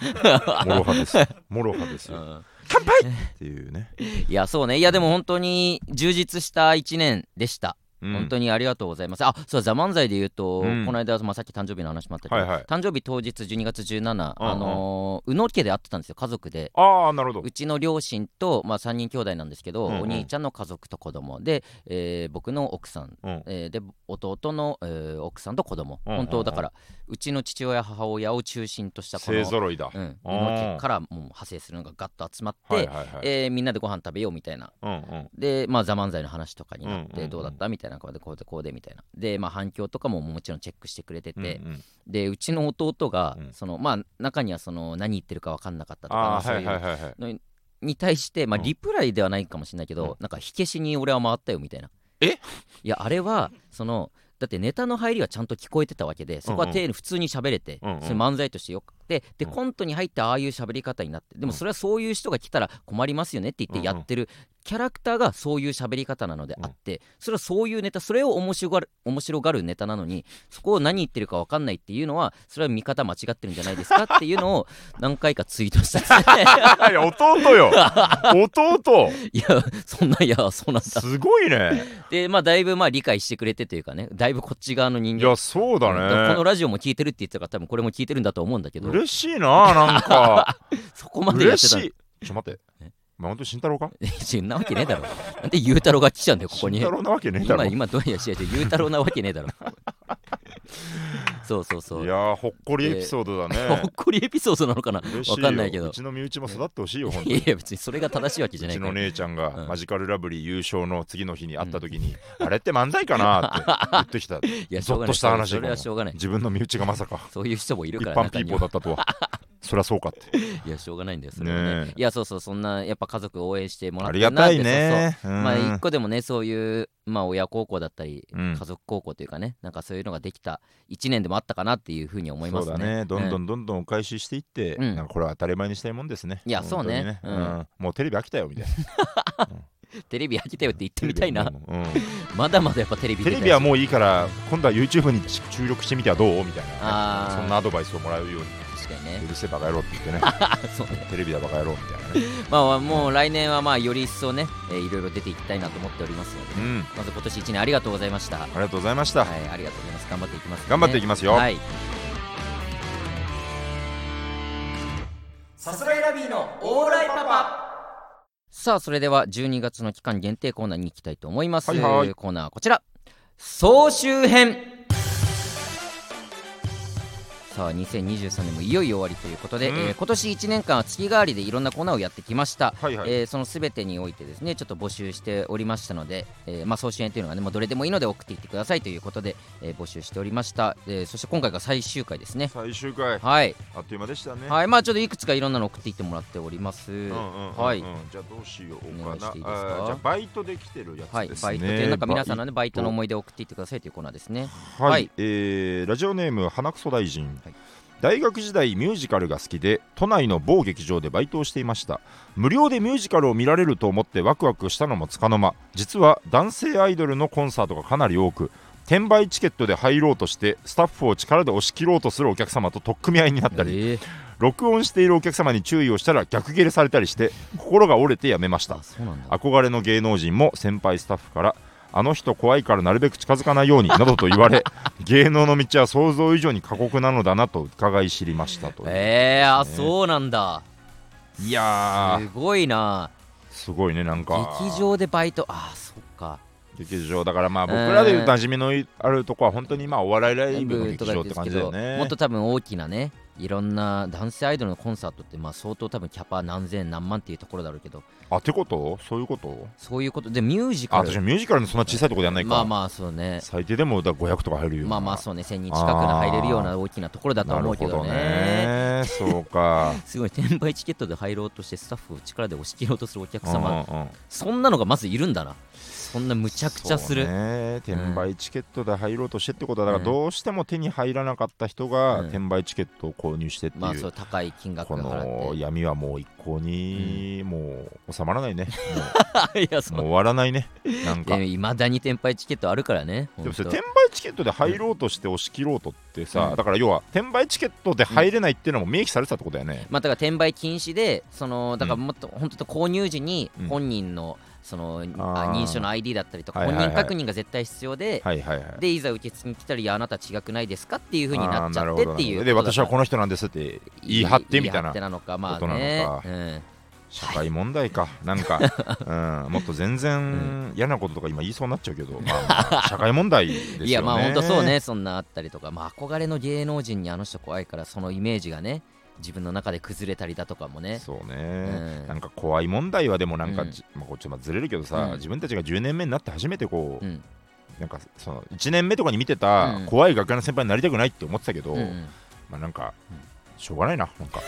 Speaker 2: モロハですモロハですよ
Speaker 1: うん
Speaker 2: 乾杯っていうね、
Speaker 1: いやそうねいやでも本当に充実した1年でした、
Speaker 2: うん
Speaker 1: 本当にありがとうございますあそうだ「ザ漫才で言うと、
Speaker 2: うん
Speaker 1: この間、まあ、さっき誕生日の話もあったけど、
Speaker 2: はいはい
Speaker 1: 誕生日当日12月17、
Speaker 2: うん
Speaker 1: あのー宇野家で会ってたんですよ家族で
Speaker 2: ああなるほど
Speaker 1: うちの両親と、まあ、3人兄弟なんですけど、
Speaker 2: うんうん
Speaker 1: お兄ちゃんの家族と子供で、えー僕の奥さん、
Speaker 2: うん
Speaker 1: えーで弟の、えー奥さんと子供、
Speaker 2: うんうんうん
Speaker 1: 本当だからうちの父親母親を中心としたこの
Speaker 2: 勢ぞろいだ、
Speaker 1: うん、宇
Speaker 2: あ
Speaker 1: 野
Speaker 2: ー
Speaker 1: 家からもう派生するのがガッと集まって、
Speaker 2: はいはいはい、
Speaker 1: えーみんなでご飯食べようみたいな
Speaker 2: うんうん
Speaker 1: で、まあ、ザ・漫才の話とかになっ
Speaker 2: うんうんう
Speaker 1: て、
Speaker 2: ん
Speaker 1: どうだったみたいな、こうでこうでこうでみたいな。で、まあ、反響とかももちろんチェックしてくれてて、
Speaker 2: うんうん
Speaker 1: で、うちの弟が
Speaker 2: う、ん
Speaker 1: その、まあ、中にはその、何言ってるか分かんなかったと
Speaker 2: あ
Speaker 1: か
Speaker 2: あ、
Speaker 1: そう
Speaker 2: はいいうはいはいはい
Speaker 1: に対して、まあ、
Speaker 2: うん
Speaker 1: リプライではないかもしれないけど、
Speaker 2: うん
Speaker 1: なんか、火消しに俺は回ったよみたいな。
Speaker 2: え
Speaker 1: いや、あれは、その、だってネタの入りはちゃんと聞こえてたわけでそこは丁寧に普通に喋れて、
Speaker 2: うんうん
Speaker 1: それ漫才としてよくてで
Speaker 2: うん
Speaker 1: コントに入ってああいう喋り方になってでも
Speaker 2: うん
Speaker 1: それはそういう人が来たら困りますよねって言ってやってるキャラクターがそういう喋り方なのであってそれはそういうネタそれを面白がる面白がるネタなのにそこを何言ってるか分かんないっていうのはそれは見方間違ってるんじゃないですかっていうのを何回かツイートしたんですね
Speaker 2: いや弟 よ弟
Speaker 1: いやそんないやそうなんだ
Speaker 2: すごいね
Speaker 1: でまあだいぶまあ理解してくれてというかねだいぶこっち側の人
Speaker 2: い
Speaker 1: 間
Speaker 2: やそうだ
Speaker 1: うんこの
Speaker 2: ね
Speaker 1: ラジオも聞いてるって言ってたから多分これも聞いてるんだと思うんだけど
Speaker 2: 嬉しいななんか
Speaker 1: そこまでやってた
Speaker 2: 嬉しいちょ待って
Speaker 1: え
Speaker 2: マウント慎太郎か
Speaker 1: いなわけねえだろなんでゆうたろうが来ちゃうんだよここ に
Speaker 2: 慎太郎なわけねえだろ
Speaker 1: 今今どうやしやしゆうたろうなわけねえだろそうそうそ
Speaker 2: いうやーほっこりエピソードだね
Speaker 1: ほっこりエピソードなのかな
Speaker 2: 嬉し
Speaker 1: わ
Speaker 2: よ
Speaker 1: かんないけど
Speaker 2: うちの身内も育ってほしいよ本当
Speaker 1: い
Speaker 2: に
Speaker 1: やいや別にそれが正しいわけじゃ
Speaker 2: う
Speaker 1: ない
Speaker 2: ち
Speaker 1: か
Speaker 2: の
Speaker 1: ら
Speaker 2: 姉ちゃん
Speaker 1: う
Speaker 2: が
Speaker 1: ん
Speaker 2: マジカルラブリー優勝の次の日に会った時にあれって漫才かなって言ってきた
Speaker 1: いやしょ
Speaker 2: ゾ
Speaker 1: うがな
Speaker 2: ッと
Speaker 1: い
Speaker 2: した話
Speaker 1: それはしょうがない
Speaker 2: 自分の身内がまさか
Speaker 1: そういう人もいる
Speaker 2: 一
Speaker 1: から
Speaker 2: 般
Speaker 1: 中
Speaker 2: ピー
Speaker 1: に
Speaker 2: ポ
Speaker 1: は
Speaker 2: ーだったとはそりゃそうかって
Speaker 1: いやしょうがないんだよそれはね
Speaker 2: ねえ
Speaker 1: いやそうそうそんなやっぱ家族応援してもら
Speaker 2: あ
Speaker 1: って
Speaker 2: り
Speaker 1: る
Speaker 2: が
Speaker 1: なったて
Speaker 2: いねう
Speaker 1: そ
Speaker 2: ん
Speaker 1: うそうまあ一個でもねそういうまあ親孝行だったり
Speaker 2: うん
Speaker 1: 家族孝行というかねなんかそういうのができた一年でもあったかなっていうふうに思います
Speaker 2: そ
Speaker 1: ね
Speaker 2: うだねどんど
Speaker 1: うん
Speaker 2: どんどんお返ししていって
Speaker 1: うん
Speaker 2: なんかこれは当たり前にしたいもんですね
Speaker 1: いやそうね
Speaker 2: 本当にうんもうテレビ飽きたよみたいな
Speaker 1: テレビ飽きたよって言ってみたいな。
Speaker 2: うん
Speaker 1: まだまだやっぱテレビ出
Speaker 2: テレ
Speaker 1: たい
Speaker 2: ビはもういいから今度は YouTube に注力してみてはどうみたいな
Speaker 1: あ
Speaker 2: ね、
Speaker 1: ー
Speaker 2: そんなアドバイスをもらうよう
Speaker 1: 確かに
Speaker 2: に
Speaker 1: ね。
Speaker 2: 許せバカ野郎って言ってね
Speaker 1: あそうね。
Speaker 2: テレビだバカ野郎みたいなね
Speaker 1: まあまあもう来年はまあより一層ね、えーいろいろ出ていきたいなと思っておりますので、
Speaker 2: うんあ
Speaker 1: まず今年1年ありがとうございました。はい、
Speaker 2: りがとうございました、
Speaker 1: ありがとうございます。頑張っていきます、
Speaker 2: 頑張っていきますよ
Speaker 1: はい。
Speaker 3: さすらいラビーのオーライパパ
Speaker 1: さあそれでは12月の期間限定コーナーに行きたいと思います、
Speaker 2: はいはい
Speaker 1: コーナーはこちら総集編さあ2023年もいよいよ終わりということで、
Speaker 2: うん
Speaker 1: えー今年1年間は月替わりでいろんなコーナーをやってきました、
Speaker 2: はいはい
Speaker 1: えーその全てにおいてですねちょっと募集しておりましたので、えーまあ、総集編というのがねもうどれでもいいので送っていってくださいということで、えー募集しておりました、えーそして今回が最終回ですね
Speaker 2: 最終回
Speaker 1: はい、
Speaker 2: あっという間でしたね
Speaker 1: はい、まあちょっといくつかいろんなの送っていってもらっております、
Speaker 2: うんうんうんうん
Speaker 1: はい
Speaker 2: じゃあどうしよう
Speaker 1: お願
Speaker 2: か
Speaker 1: いし
Speaker 2: な
Speaker 1: ていいですか
Speaker 2: あーじゃあバイトできてるや
Speaker 1: は
Speaker 2: つ
Speaker 1: い
Speaker 2: で、すね
Speaker 1: バイトというなんか皆さんのねバイトの
Speaker 2: 思い
Speaker 1: 思い出を送っていってくださいというコーナーですね。
Speaker 2: はい、
Speaker 1: はい
Speaker 2: えーラジオネーム花クソ大臣、
Speaker 1: はい
Speaker 2: 大学時代ミュージカルが好きで都内の某劇場でバイトをしていました無料でミュージカルを見られると思ってワクワクしたのもつかの間実は男性アイドルのコンサートがかなり多く転売チケットで入ろうとしてスタッフを力で押し切ろうとするお客様と取っ組み合いになったり、
Speaker 1: えー
Speaker 2: 録音しているお客様に注意をしたら逆ギレされたりして心が折れてやめました
Speaker 1: あそうなんだ。
Speaker 2: 憧れの芸能人も先輩スタッフからあの人怖いからなるべく近づかないようになどと 言われ芸能の道は想像以上に過酷なのだなと伺い知りましたという、
Speaker 1: えー、あ
Speaker 2: ね
Speaker 1: そうなんだ。
Speaker 2: いや
Speaker 1: すごいな。
Speaker 2: ーすごいねなんか
Speaker 1: 劇場でバイト。あーそっか。
Speaker 2: 劇場だからまあ僕らでいう馴染みのあるとこは本当にまあお笑いライブの劇場って感じだよね
Speaker 1: もっと多分大きなね、いろんな男性アイドルのコンサートってまあ相当多分キャパ何千何万っていうところだろうけど、
Speaker 2: あってことそういうこと
Speaker 1: そういうことでミュージ
Speaker 2: あ
Speaker 1: カ
Speaker 2: 私
Speaker 1: ル。
Speaker 2: ミュージカルのそんな小さいとこでやんないか、
Speaker 1: まあまあそうね。
Speaker 2: 最低でもだから500とか入るよ
Speaker 1: まあまあそうね、1000人近くの入れるような大きなところだとは
Speaker 2: なる
Speaker 1: 思うけ
Speaker 2: ほ
Speaker 1: ど
Speaker 2: ど
Speaker 1: ね。
Speaker 2: ねそうか
Speaker 1: すごい転売チケットで入ろうとしてスタッフを力で押し切ろうとするお客様
Speaker 2: うんうんうん
Speaker 1: そんなのがまずいるんだな。そんなむちゃくちゃする。
Speaker 2: そうね、転売チケットで入ろうとしてってことは、だから
Speaker 1: うん
Speaker 2: どうしても手に入らなかった人が
Speaker 1: うん
Speaker 2: 転売チケットを購入してっていう、
Speaker 1: まあそう高い金額
Speaker 2: こ
Speaker 1: が払
Speaker 2: の
Speaker 1: って。
Speaker 2: 闇はもう一向にもう収まらないね、
Speaker 1: いや、そ
Speaker 2: もう
Speaker 1: う。
Speaker 2: 終わらないね、なんか。で
Speaker 1: いまだに転売チケットあるからね。
Speaker 2: もそれ
Speaker 1: ほん
Speaker 2: 転
Speaker 1: と
Speaker 2: 売チケットで入ろうとして押し切ろうとってさ、
Speaker 1: うん
Speaker 2: だから要は転売チケットで入れないっていうのも明記されてたってことだよね。
Speaker 1: まあだから転売禁止で、そのだからもっと本当と購入時に
Speaker 2: うん
Speaker 1: 本人のそのあ
Speaker 2: あー
Speaker 1: 認証の ID だったりとか、
Speaker 2: はいは
Speaker 1: 本
Speaker 2: いはい
Speaker 1: 人確認が絶対必要で、
Speaker 2: はいはいはい。
Speaker 1: でいざ受付に来たら、いや、あなた違くないですかっていうふうに
Speaker 2: あ
Speaker 1: な
Speaker 2: ー
Speaker 1: っち
Speaker 2: な
Speaker 1: ゃ
Speaker 2: る
Speaker 1: っ
Speaker 2: ほ
Speaker 1: て
Speaker 2: ど
Speaker 1: っていう
Speaker 2: なるほどで私はこ
Speaker 1: の
Speaker 2: の人なんですって言い張ってみたい
Speaker 1: 言
Speaker 2: な
Speaker 1: い張ってなのか、ま
Speaker 2: こと
Speaker 1: あ
Speaker 2: な
Speaker 1: ね
Speaker 2: の。か
Speaker 1: うん
Speaker 2: 社会問題か、なん か、うん、もっと全然嫌なこととか今言いそうになっちゃうけど、ま あまあ社会問題ですよね。
Speaker 1: いやまあ本当そうねそんなあったりとか、まあ、憧れの芸能人にあの人怖いからそのイメージがね自分の中で崩れたりだとかもね
Speaker 2: そう
Speaker 1: う
Speaker 2: ね
Speaker 1: ん
Speaker 2: なんか怖い問題はでもなんか、
Speaker 1: うん
Speaker 2: じまあ、こっちまあずれるけどさ、
Speaker 1: うん
Speaker 2: 自分たちが10年目になって初めてこう、
Speaker 1: うん
Speaker 2: なんかその1年目とかに見てた
Speaker 1: うん
Speaker 2: 怖い学科の先輩になりたくないって思ってたけど、
Speaker 1: うんうん
Speaker 2: まあなんか
Speaker 1: うん
Speaker 2: しょうがないななんか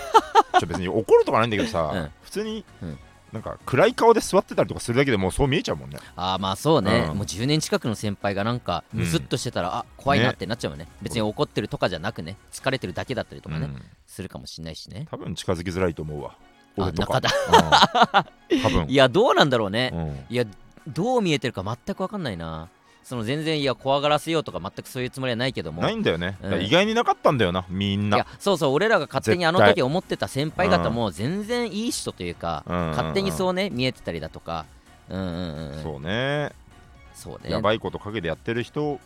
Speaker 2: ちょ別に怒るとかないんだけどさ、
Speaker 1: うん
Speaker 2: 普通に、
Speaker 1: うん
Speaker 2: なんか暗い顔で座ってたりとかするだけでもうそう見えちゃうもんね
Speaker 1: ああまあそうね、
Speaker 2: うん
Speaker 1: もう10年近くの先輩がなんか
Speaker 2: うん
Speaker 1: ムズっとしてたら、あ怖いなってなっちゃうよね別に怒ってるとかじゃなくね疲れてるだけだったりとかね、
Speaker 2: うん
Speaker 1: するかもしれないしね
Speaker 2: 多分近づきづらいと思うわ
Speaker 1: あ
Speaker 2: 俺とか
Speaker 1: 中田
Speaker 2: うん多分
Speaker 1: いやどうなんだろうね、
Speaker 2: うん
Speaker 1: いやどう見えてるか全く分かんないなその全然いや怖がらせようとか全くそういうつもりはないけども
Speaker 2: ないんだよね、
Speaker 1: うん
Speaker 2: だから意外になかったんだよなみん
Speaker 1: い
Speaker 2: な
Speaker 1: やそうそう俺らが勝手にあの
Speaker 2: 絶
Speaker 1: 時思ってた先輩方も全然いい人というか、
Speaker 2: うんうんうん
Speaker 1: 勝手にそうね見えてたりだとかうんうんうん
Speaker 2: そうね
Speaker 1: そうね
Speaker 2: やばいこと陰でやってる人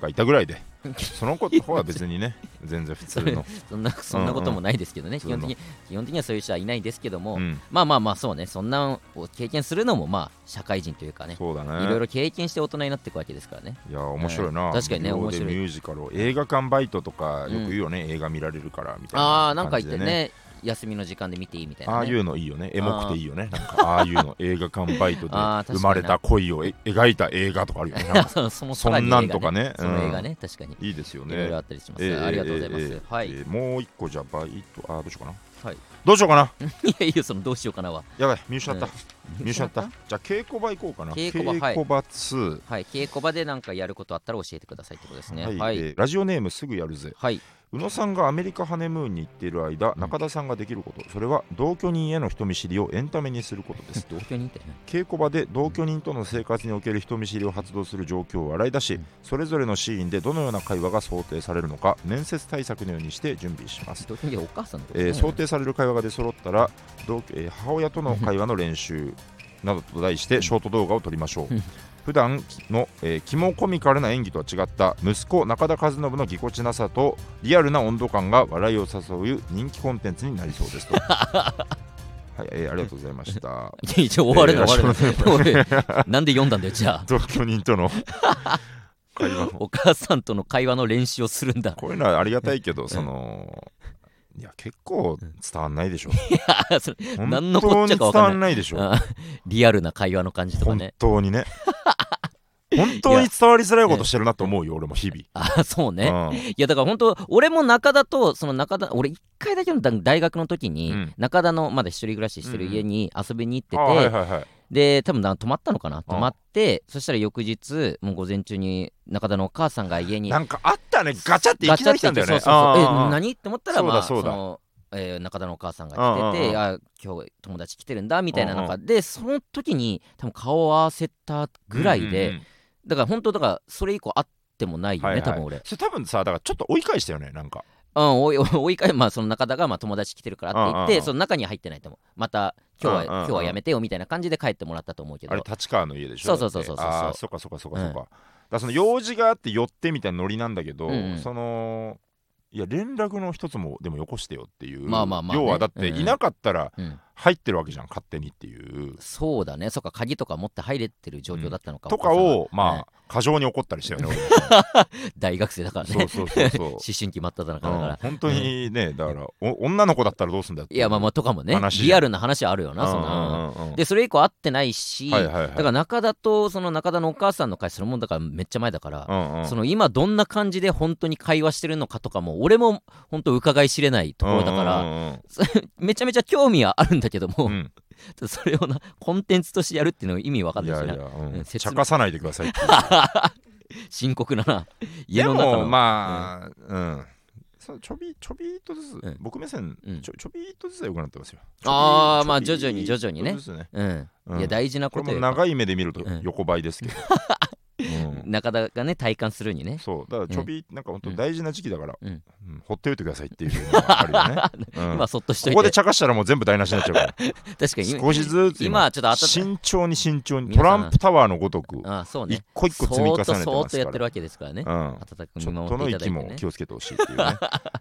Speaker 2: がいたぐらいでそのことは別 にね全然普通の、
Speaker 1: そんなそんなこともないですけどね、
Speaker 2: そういう
Speaker 1: 基本
Speaker 2: の
Speaker 1: 的に基本的にはそういう人はいないですけども、
Speaker 2: うん、
Speaker 1: まあまあまあそうねそんなを経験するのもまあ社会人というかね
Speaker 2: そうだね
Speaker 1: いろいろ経験して大人になっていくわけですからね
Speaker 2: いや面白いな、
Speaker 1: うん確かにね
Speaker 2: 無料
Speaker 1: 面白い
Speaker 2: でミュージカルを映画館バイトとかよく言うよね、映画見られるからみたい
Speaker 1: ああー
Speaker 2: な
Speaker 1: なんか
Speaker 2: 感じ
Speaker 1: 言っ
Speaker 2: で、
Speaker 1: てね休みの時間で見ていいみたい
Speaker 2: あ
Speaker 1: な、
Speaker 2: あい
Speaker 1: ね、
Speaker 2: うのいいよねエモくていいよねなんかああいうの映画館バイトで
Speaker 1: あー確かにな
Speaker 2: 生まれた恋をえ描いた映画とかあるよねなん か
Speaker 1: そのその
Speaker 2: そんなんとかね
Speaker 1: その映画ね、確かに
Speaker 2: いいですよ
Speaker 1: いろいろ
Speaker 2: ね
Speaker 1: あったりします、
Speaker 2: えー
Speaker 1: ありがとうございます、
Speaker 2: えーえー
Speaker 1: はい、
Speaker 2: えーもう一個じゃあバイトあーどうしようかな、
Speaker 1: はい、
Speaker 2: どうしようかない
Speaker 1: やいやそのどうしようかなはい
Speaker 2: やばい見失った、
Speaker 1: うん
Speaker 2: 入手あったじゃあ稽古場行こうかな
Speaker 1: 稽古場はい
Speaker 2: 稽古場2
Speaker 1: はい稽古場でなんかやることあったら教えてくださいってことですね
Speaker 2: はい
Speaker 1: は
Speaker 2: え
Speaker 1: い
Speaker 2: ーラジオネームすぐやるぜ
Speaker 1: はい
Speaker 2: 宇野さんがアメリカハネムーンに行っている間
Speaker 1: うん
Speaker 2: 中田さんができることそれは同居人への人見知りをエンタメにすることです
Speaker 1: 同居人って
Speaker 2: 稽古場で同居人との生活における人見知りを発動する状況を洗い出し、
Speaker 1: うん
Speaker 2: それぞれのシーンでどのような会話が想定されるのか面接対策のようにして準備します、
Speaker 1: 同居人ってお母さんのこと
Speaker 2: えー
Speaker 1: ね
Speaker 2: 想定される会話が出揃ったら同居、えー母親との会話の 練習などと題してショート動画を撮りましょう、
Speaker 1: うん
Speaker 2: 普段の、えー、肝コミカルな演技とは違った息子中田和信のぎこちなさとリアルな温度感が笑いを誘う人気コンテンツになりそう ですとはい、えーありがとうございました
Speaker 1: いや一応終わる
Speaker 2: え
Speaker 1: な
Speaker 2: ー
Speaker 1: 終わるな おいなんで読んだんだよじゃあ
Speaker 2: 同居人 との会話を
Speaker 1: お母さんとの会話の練習をするんだ
Speaker 2: こういうのはありがたいけどそのいや結構伝わんないでしょ
Speaker 1: あそれ
Speaker 2: 本
Speaker 1: 何のこっちゃかわかんない
Speaker 2: 当に伝わんないで
Speaker 1: あ
Speaker 2: しょ
Speaker 1: リアルな会話の感じとか
Speaker 2: 本
Speaker 1: ね
Speaker 2: 当にね本当に伝わりづらいことしてるなと思うよ俺も日
Speaker 1: あそうね
Speaker 2: 々うん
Speaker 1: いやだから本当俺も中田とその中田俺一回だけの大大学の時に、
Speaker 2: うん
Speaker 1: 中田のまだ一人暮らししてる家に遊びに行ってて、
Speaker 2: あはいはいはい
Speaker 1: で多分な泊まったのかな泊まってそしたら翌日もう午前中に中田のお母さんが家に
Speaker 2: なんかあったねガチャっていきなり来たんだよね
Speaker 1: ガチャって来てそうそうそう
Speaker 2: あ
Speaker 1: え
Speaker 2: ー
Speaker 1: 何って思ったら
Speaker 2: そうだ
Speaker 1: まあ
Speaker 2: そうだ
Speaker 1: のえー中田のお母さんが来て
Speaker 2: うんうんう
Speaker 1: て
Speaker 2: ん
Speaker 1: あ今日友達来てるんだみたいな
Speaker 2: うん
Speaker 1: 中
Speaker 2: う
Speaker 1: でその時に多分顔を合わせたぐらいで、
Speaker 2: うんうんうん
Speaker 1: だから本当だからそれ以降会ってもないよね、
Speaker 2: はいはい
Speaker 1: 多分俺
Speaker 2: それ多分さだからちょっと追い返したよねなんか
Speaker 1: うん、おい おい追い返まあその中田がまあ友達来てるからって言っ
Speaker 2: うんうん
Speaker 1: て、
Speaker 2: うん
Speaker 1: その中には入ってないと思うまた今日は、
Speaker 2: うんうんうん
Speaker 1: 今日はやめてよみたいな感じで帰ってもらったと思うけど
Speaker 2: あれ立川の家でしょ
Speaker 1: そうそうそうそうそう
Speaker 2: ああーそっかそっかそっかそ
Speaker 1: う
Speaker 2: っか、
Speaker 1: ん
Speaker 2: だからその用事があって寄ってみたいなノリなんだけど、
Speaker 1: うんうん
Speaker 2: そのいや連絡の一つもでもよこしてよっていう、
Speaker 1: まあまあまあね
Speaker 2: 要はだって
Speaker 1: うんうん
Speaker 2: いなかったら
Speaker 1: うん、
Speaker 2: 入ってるわけじゃん勝手にっていう
Speaker 1: そうだねそっか鍵とか持って入れてる状況だったのか、
Speaker 2: とか
Speaker 1: お
Speaker 2: を
Speaker 1: 母さんは
Speaker 2: まあ過剰に怒ったりしたよ ね俺
Speaker 1: ね大学生だからね
Speaker 2: そうそうそうそう
Speaker 1: 思春期真っ只中だから、
Speaker 2: うん本当にねだからお女の子だったらどうすんだってい
Speaker 1: いやまあま
Speaker 2: あ
Speaker 1: あとかもね
Speaker 2: 話じゃん
Speaker 1: リアルな話はあるよなそんな、でそれ以降会ってないし、
Speaker 2: はいはいはい
Speaker 1: だから中田とその中田のお母さんの会そのもんだからめっちゃ前だから、
Speaker 2: うんうん
Speaker 1: その今どんな感じで本当に会話してるのかとかも俺も本当伺い知れないところだから、
Speaker 2: うんうん
Speaker 1: めちゃめちゃ興味はあるんだけども、
Speaker 2: うんうん
Speaker 1: それをなコンテンツとしてやるっていうのは意味わかん
Speaker 2: い
Speaker 1: ないし
Speaker 2: や
Speaker 1: ない
Speaker 2: や、うん
Speaker 1: うん
Speaker 2: ち
Speaker 1: 説
Speaker 2: ゃ
Speaker 1: 明
Speaker 2: かさないでくださいって いう
Speaker 1: 深刻な な家
Speaker 2: で
Speaker 1: の中
Speaker 2: も
Speaker 1: の、
Speaker 2: まあ、うんそうちょびちょびっとずつ、
Speaker 1: うん
Speaker 2: 僕目線、
Speaker 1: うん
Speaker 2: ちょちょびっとずつは良くなってますよ。
Speaker 1: あー
Speaker 2: ちょび
Speaker 1: まあ
Speaker 2: ちょび
Speaker 1: 徐々に徐々にね
Speaker 2: ちょびっとずつ
Speaker 1: うん
Speaker 2: うん
Speaker 1: いや大事な
Speaker 2: こ
Speaker 1: こ
Speaker 2: れ
Speaker 1: と
Speaker 2: も
Speaker 1: よ
Speaker 2: 長い目で見ると
Speaker 1: うん
Speaker 2: 横ばいですけ ど。うん
Speaker 1: 中田がね体感するにね
Speaker 2: そうだからちょび、なんか本当大事な時期だから、
Speaker 1: うん
Speaker 2: うんほっておいてくださいっていうのがあるよね、 うん
Speaker 1: 今そっとしと
Speaker 2: こ
Speaker 1: い
Speaker 2: こで
Speaker 1: て
Speaker 2: 茶化したらもう全部台無しになっちゃ うから
Speaker 1: 確かに今
Speaker 2: 少しずつ
Speaker 1: 今
Speaker 2: 今
Speaker 1: はちょっと当たっ
Speaker 2: 慎重に慎重に
Speaker 1: 皆
Speaker 2: ト
Speaker 1: さん
Speaker 2: ランプタワーのごとく
Speaker 1: たあそうね
Speaker 2: 一個一個積み重ねて
Speaker 1: そーっとそー
Speaker 2: ま
Speaker 1: っと
Speaker 2: す
Speaker 1: や
Speaker 2: か
Speaker 1: ってる
Speaker 2: ら
Speaker 1: わけですからね
Speaker 2: うん
Speaker 1: 温かく
Speaker 2: ちょ
Speaker 1: 見
Speaker 2: っ
Speaker 1: 守
Speaker 2: と
Speaker 1: って
Speaker 2: の
Speaker 1: いただいて
Speaker 2: 息
Speaker 1: ね
Speaker 2: も気をつけてほしいっていうね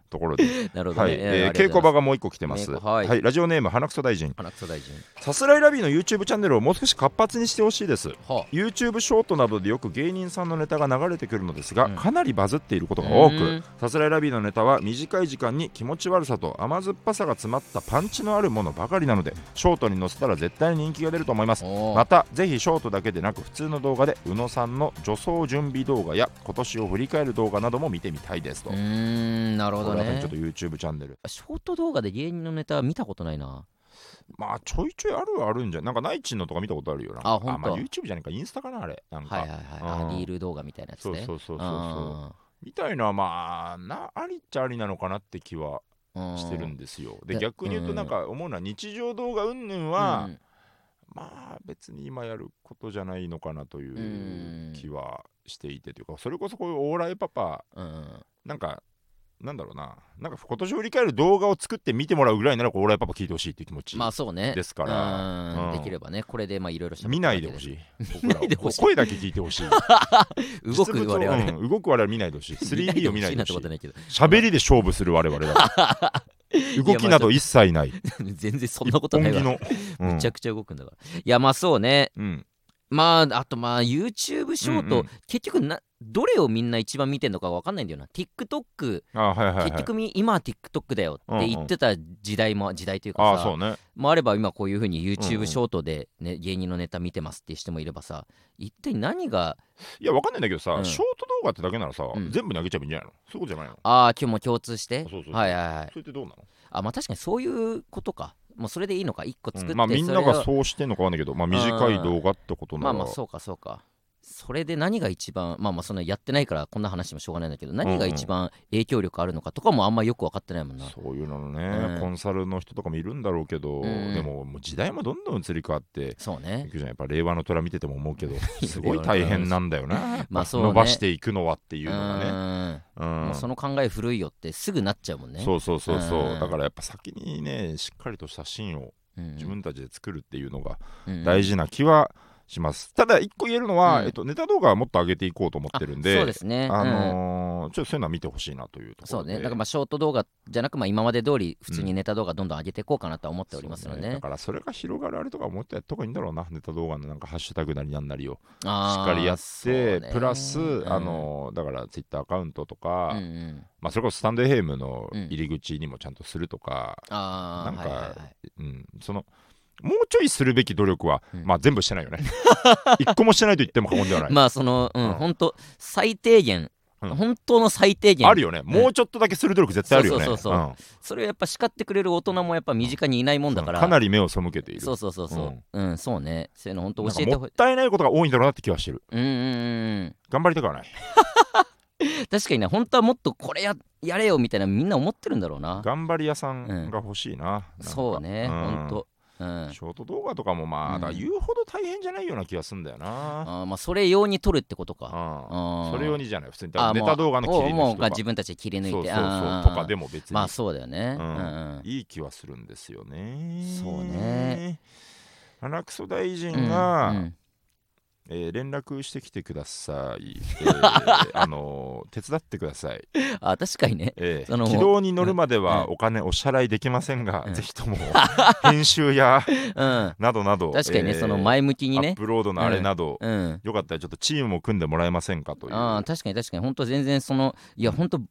Speaker 2: ところ で
Speaker 1: なるほど
Speaker 2: は
Speaker 1: ね
Speaker 2: い、
Speaker 1: うん
Speaker 2: え
Speaker 1: あ
Speaker 2: ー
Speaker 1: りがとう
Speaker 2: 稽
Speaker 1: ございま
Speaker 2: 古場
Speaker 1: す
Speaker 2: がもう一個来てます。
Speaker 1: 稽古はい
Speaker 2: ラジオネーム花草大臣。
Speaker 1: 花草大臣
Speaker 2: さすらいラビーの YouTube チャンネルをもう少し活発にしてほしいです。
Speaker 1: は
Speaker 2: YouTube ショートなどでよく芸人さんのネタが流れてくるのですが、
Speaker 1: うん
Speaker 2: かなりバズっていることが多
Speaker 1: う
Speaker 2: く
Speaker 1: ん
Speaker 2: さすらいラビーのネタは短い時間に気持ち悪さと甘酸っぱさが詰まったパンチのあるものばかりなのでショートに載せたら絶対に人気が出ると思います
Speaker 1: あおー
Speaker 2: またぜひショートだけでなく普通の動画で宇野さんの助走準備動画や今年を振り返る動画なども見てみたいですと、
Speaker 1: うーんなるほ
Speaker 2: こ
Speaker 1: ど
Speaker 2: の辺り
Speaker 1: ね
Speaker 2: ちょっと YouTube チャンネル
Speaker 1: ショート動画で芸人のネタ見たことないな
Speaker 2: まあちょいちょいあるはあるんじゃなんかナイチンのとか見たことあるよな
Speaker 1: あほんと
Speaker 2: まあ YouTube じゃないかインスタかなあれなんか、
Speaker 1: はいはいはいあ
Speaker 2: うん
Speaker 1: リール動画みたいなやつ
Speaker 2: そう
Speaker 1: ね
Speaker 2: そうそうそうそう
Speaker 1: あ
Speaker 2: みたいのはまあなありっちゃありなのかなって気は
Speaker 1: ーうん
Speaker 2: してるんですよで
Speaker 1: で
Speaker 2: 逆に言うと
Speaker 1: うん
Speaker 2: なんか思うのは日常動画云々は、まあ別に今やることじゃないのかなという気はしていてというかそれこそこういうオーライパパ
Speaker 1: うんうん
Speaker 2: なんかなんだろうななんか今年を振り返る動画を作って見てもらうぐらいならこうオーライパパ聞いてほしいっていう気持ち
Speaker 1: まあそうね
Speaker 2: ですから
Speaker 1: うん
Speaker 2: うん
Speaker 1: できればねこれでまあいろいろ喋って
Speaker 2: 見ないでほし
Speaker 1: い
Speaker 2: い
Speaker 1: 見ないでほしい
Speaker 2: 僕らを声だけ聞いてほしい
Speaker 1: 動く我々
Speaker 2: 々、うん動く我々見ないでほしい 3D を見ないで
Speaker 1: な
Speaker 2: ほ
Speaker 1: んて こ
Speaker 2: しい
Speaker 1: とないけど
Speaker 2: 喋りで勝負する我々だから 動きなど一切ない
Speaker 1: 全然そん
Speaker 2: 一
Speaker 1: なこと
Speaker 2: 本
Speaker 1: な
Speaker 2: 気
Speaker 1: いわ
Speaker 2: の、うん
Speaker 1: めちゃくちゃ動くんだからいやまあそうね
Speaker 2: うん
Speaker 1: まああとまあ YouTube ショート、
Speaker 2: うんうん
Speaker 1: 結局などれをみんな一番見てんのかわかんないんだよな TikTok
Speaker 2: あはいはい、はい、
Speaker 1: 結局み今は TikTok だよって言ってた時代も時代というか
Speaker 2: あ
Speaker 1: さ
Speaker 2: あそうね
Speaker 1: もあれば今こういうふうに
Speaker 2: うんう
Speaker 1: YouTube
Speaker 2: ん
Speaker 1: ショートで、ね芸人のネタ見てますっていう人もいればさ一体何が
Speaker 2: いやわかんないんだけどさ、
Speaker 1: うん
Speaker 2: ショート動画ってだけならさ、
Speaker 1: うん
Speaker 2: 全部投げちゃえばいいんじゃないのそういうことじゃないの
Speaker 1: ああ今日も共通して
Speaker 2: そうそうそう
Speaker 1: はいはいはい
Speaker 2: それってどうなの
Speaker 1: あまあ確かにそういうことかもうそれでいいのか1個作って、
Speaker 2: うんまあみんな
Speaker 1: それ
Speaker 2: が
Speaker 1: を
Speaker 2: そうしてんのかわかんないけど、まあ、短い動画ってことな
Speaker 1: ま
Speaker 2: ら
Speaker 1: あまあそうかそうかそれで何が一番まあまあそのやってないからこんな話もしょうがないんだけど何が一番影響力あるのかとかもあんまよく分かってないもんな
Speaker 2: そういうの
Speaker 1: う
Speaker 2: ね、
Speaker 1: ん
Speaker 2: コンサルの人とかもいるんだろうけど、
Speaker 1: うん
Speaker 2: でももう時代もどんどん移り変わって
Speaker 1: そう
Speaker 2: い
Speaker 1: ね
Speaker 2: くじゃんやっぱ令和の虎見てても思う けどすごい大変なんだよね
Speaker 1: まあそうね
Speaker 2: 伸ばしていくのはっていうのがね、う
Speaker 1: うん
Speaker 2: ん
Speaker 1: もうその考え古いよってすぐなっちゃうもんね
Speaker 2: そうそうそうそう、
Speaker 1: うん
Speaker 2: だからやっぱ先にねしっかりとしたシーンを
Speaker 1: うん
Speaker 2: 自分たちで作るっていうのが
Speaker 1: うん
Speaker 2: 大事な気はします、ただ一個言えるのは、
Speaker 1: うん
Speaker 2: えっと、ネタ動画はもっと上げていこうと思ってるん
Speaker 1: あ
Speaker 2: で
Speaker 1: そうですね、
Speaker 2: あ
Speaker 1: うん
Speaker 2: のーちょっとそういうのは見てほしいなというとこ
Speaker 1: そ
Speaker 2: ろ
Speaker 1: う
Speaker 2: で
Speaker 1: ね、だからまあショート動画じゃなく、まあ、今まで通り普通にネタ動画どんどん上げていこうかなとは思っておりますので、
Speaker 2: そうねだからそれが広がるあれとかもっとやった方がいいんだろうなネタ動画のなんかハッシュタグなりなんなりをしっ
Speaker 1: あー
Speaker 2: かりやっ
Speaker 1: そう
Speaker 2: て、
Speaker 1: ね
Speaker 2: プラス、
Speaker 1: うん
Speaker 2: あのーだからツイッターアカウントと
Speaker 1: う
Speaker 2: か、
Speaker 1: んうん、
Speaker 2: まあ、それこそスタンドヘイムの
Speaker 1: うん
Speaker 2: 入り口にもちゃんとするとか、
Speaker 1: ああ
Speaker 2: なんか
Speaker 1: はいはいはい
Speaker 2: うん、そのもうちょいするべき努力は、
Speaker 1: うん
Speaker 2: まあ全部してないよね一個もしてないと言っても過言ではない、
Speaker 1: まあその、うん
Speaker 2: うん
Speaker 1: 本当最低限、
Speaker 2: うん
Speaker 1: 本当の最低限
Speaker 2: あるよねもうちょっとだけする努力絶対あるよね
Speaker 1: そうそうそう
Speaker 2: うん
Speaker 1: それをやっぱ叱ってくれる大人もやっぱ身近にいないもんだから、
Speaker 2: かなり目を背けている
Speaker 1: そうそうそうそううん、そうねそういうの本当
Speaker 2: なん
Speaker 1: 教
Speaker 2: か
Speaker 1: えて
Speaker 2: も
Speaker 1: ほ
Speaker 2: っ
Speaker 1: しい
Speaker 2: たいないことが多いんだろうなって気はしてる
Speaker 1: うんうんうん
Speaker 2: 頑張りたくはない
Speaker 1: うん確かにね本当はもっとこれややれよみたいなみんな思ってるんだろうな
Speaker 2: 頑張り屋さんが欲しいな,、なんか
Speaker 1: そうね、
Speaker 2: ん
Speaker 1: ほんと、うん
Speaker 2: ショート動画とかもまあ、
Speaker 1: うん
Speaker 2: だから言うほど大変じゃないような気がすんだよな、
Speaker 1: あーまあそれ用に撮るってことか。
Speaker 2: うん
Speaker 1: そ
Speaker 2: それ用にじゃない普通に
Speaker 1: あ
Speaker 2: だからネタ動画の切り
Speaker 1: もう
Speaker 2: 抜
Speaker 1: もう
Speaker 2: き
Speaker 1: が
Speaker 2: とか
Speaker 1: 自分たちで切り抜いて
Speaker 2: そうそうそう
Speaker 1: あー
Speaker 2: とかでも別に、
Speaker 1: まあそうだよね。う
Speaker 2: うんん
Speaker 1: うん
Speaker 2: いい気はするんですよね
Speaker 1: そうね
Speaker 2: 花クソ大
Speaker 1: うん
Speaker 2: 臣が、
Speaker 1: うん
Speaker 2: えー連絡してきてくださ い、えーあのー手伝ってください、
Speaker 1: あ確かにね。
Speaker 2: え
Speaker 1: その
Speaker 2: ー、軌道に乗るまで
Speaker 1: う
Speaker 2: は
Speaker 1: ん
Speaker 2: お金お支払いできませんが、
Speaker 1: うん
Speaker 2: ぜひとも編集 や
Speaker 1: うん。
Speaker 2: などなど
Speaker 1: 確かにね、
Speaker 2: えー
Speaker 1: その前向きに
Speaker 2: アッ
Speaker 1: ね。
Speaker 2: プロードのあれなど、
Speaker 1: うん。
Speaker 2: よかったらちょっとチームも組んでもらえませんかという
Speaker 1: あー確かに確かに本当全然そのいや本当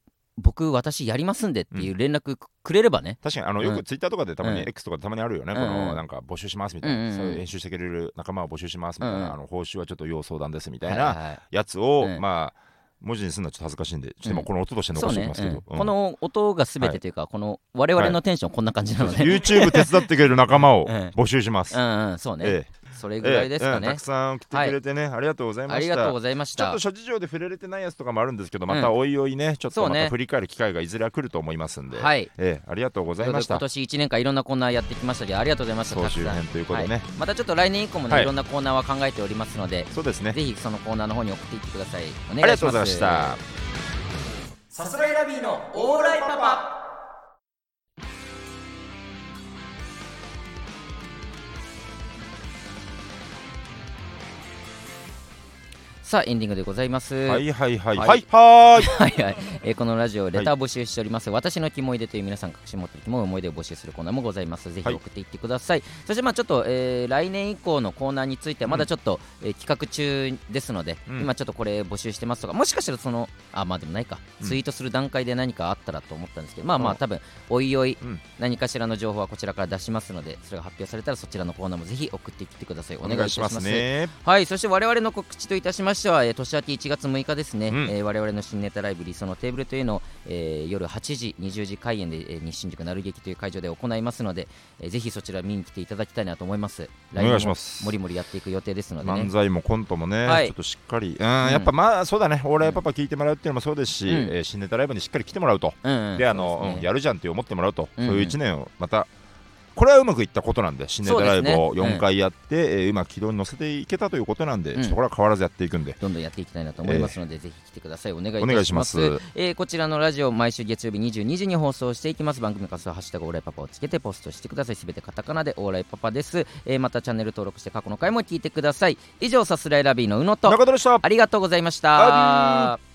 Speaker 1: 僕私やりますんでっていう連絡くれればね。
Speaker 2: 確かにあの
Speaker 1: うん
Speaker 2: よくツイッターとかでたまに、
Speaker 1: うん
Speaker 2: X とかでたまにあるよね、
Speaker 1: うん
Speaker 2: このなんか募集しますみたいな、
Speaker 1: うんうんうん
Speaker 2: そういう演習してくれる仲間を募集しますみたいな、
Speaker 1: うん
Speaker 2: あの報酬はちょっと要相談ですみた
Speaker 1: はいい
Speaker 2: な
Speaker 1: は
Speaker 2: やつを、
Speaker 1: うん
Speaker 2: まあ文字にするのはちょっと恥ずかしいんでちょっと
Speaker 1: う
Speaker 2: 今
Speaker 1: ん
Speaker 2: この音として
Speaker 1: いそう
Speaker 2: 残しておき
Speaker 1: ね
Speaker 2: ますけど、
Speaker 1: うん
Speaker 2: うん
Speaker 1: この音が全てというか、この我々のテンションこんな感じなので、
Speaker 2: YouTube 手伝ってくれる 仲間を
Speaker 1: うん
Speaker 2: 募集します。
Speaker 1: うんうんそうね、
Speaker 2: え
Speaker 1: それ
Speaker 2: え
Speaker 1: ぐらいですか
Speaker 2: ええうん
Speaker 1: ね
Speaker 2: たく、さん送ってくれてね、ありがとうございました。
Speaker 1: ありがとうございまし
Speaker 2: ちょったと諸事情で触れれてないやつとかもあるんですけど、
Speaker 1: ん
Speaker 2: またおいおいね、ちょっ
Speaker 1: そ
Speaker 2: と
Speaker 1: う
Speaker 2: ま
Speaker 1: ね
Speaker 2: た振り返る機会がいずれは来ると思いますんで、
Speaker 1: はい
Speaker 2: ええありがとうございまし
Speaker 1: 今
Speaker 2: た。
Speaker 1: 年1年間いろんなコーナーやってきましたけどありがとうございました
Speaker 2: 総集
Speaker 1: たくさん
Speaker 2: 編ということでね
Speaker 1: はい、またちょっと来年以降もね、
Speaker 2: はい
Speaker 1: い、ろんなコーナーは考えておりますので
Speaker 2: そうですね。
Speaker 1: ぜひそのコーナーの方に送っていってくださいお願いします
Speaker 2: ありがとうございました。
Speaker 3: さすらいラビーのオーライパパ
Speaker 1: さあエンディングでございます
Speaker 2: は
Speaker 1: はい
Speaker 2: はいはい
Speaker 1: は
Speaker 2: はいいはーい。
Speaker 1: いはい、えーこのラジオレター募集しております、私のキモいでという皆さん隠し持ってるキモい思い出を募集するコーナーもございますぜひ
Speaker 2: はい
Speaker 1: 送っていってください、そしてまあちょっと、えー来年以降のコーナーについてはまだちょっと、えー企画中ですので、
Speaker 2: うん
Speaker 1: 今ちょっとこれ募集してますとかもしかしたらそのあまあでもないか
Speaker 2: うん
Speaker 1: ツイートする段階で何かあったらと思ったんですけど、まあまあ
Speaker 2: うん
Speaker 1: 多分おいおい
Speaker 2: うん
Speaker 1: 何かしらの情報はこちらから出しますのでそれが発表されたらそちらのコーナーもぜひ送ってきてくださいお
Speaker 2: お
Speaker 1: 願いいた
Speaker 2: 願い
Speaker 1: し
Speaker 2: し
Speaker 1: ま
Speaker 2: ますすね。
Speaker 1: はい、そして我々の告知といたしましては、えー年明け1月6日ですね、
Speaker 2: うん
Speaker 1: えー我々の新ネタライブ、理想のテーブルというのを、えー夜8時、20時開演で、えー西新宿なる劇という会場で行いますので、えーぜひそちら見に来ていただきたいなと思います。
Speaker 2: お願いし
Speaker 1: も
Speaker 2: ます
Speaker 1: もりもりやっていく予定ですので
Speaker 2: 漫
Speaker 1: ね。
Speaker 2: 才もコントもね、
Speaker 1: はい
Speaker 2: ちょっとしっかり、うん、やっぱまあそうだね、オーライパパ聞いてもらうっていうのもそうですし、
Speaker 1: うん
Speaker 2: えー新ネタライブにしっかり来てもらうと、
Speaker 1: うんうん
Speaker 2: であ
Speaker 1: そう
Speaker 2: の
Speaker 1: です
Speaker 2: うん
Speaker 1: ね
Speaker 2: やるじゃんって思ってもらうと、
Speaker 1: うん
Speaker 2: そういう1年をまた、これはうまくいったことなんで、新ネタライブ
Speaker 1: そう
Speaker 2: を
Speaker 1: ですね
Speaker 2: 4回やって、うえーうまく軌道に乗せていけたということなんで、
Speaker 1: うん
Speaker 2: ちょっとこれは変わらずやっていくんで、
Speaker 1: どんどんやっていきたいなと思いますので、ぜひ来てください。お願いい
Speaker 2: お
Speaker 1: た
Speaker 2: 願い
Speaker 1: し
Speaker 2: し
Speaker 1: ま。
Speaker 2: ますす
Speaker 1: えーこちらのラジオ、毎週月曜日22時に放送していきます。番組の感想はハッシュタグオーライパパをつけてポストしてください。すべてカタカナでオーライパパです。えーまたチャンネル登録して過去の回も聞いてください。以上、さすらいラビーの宇野と、
Speaker 2: 中田でした
Speaker 1: ありがとうございまし
Speaker 2: あ
Speaker 1: た。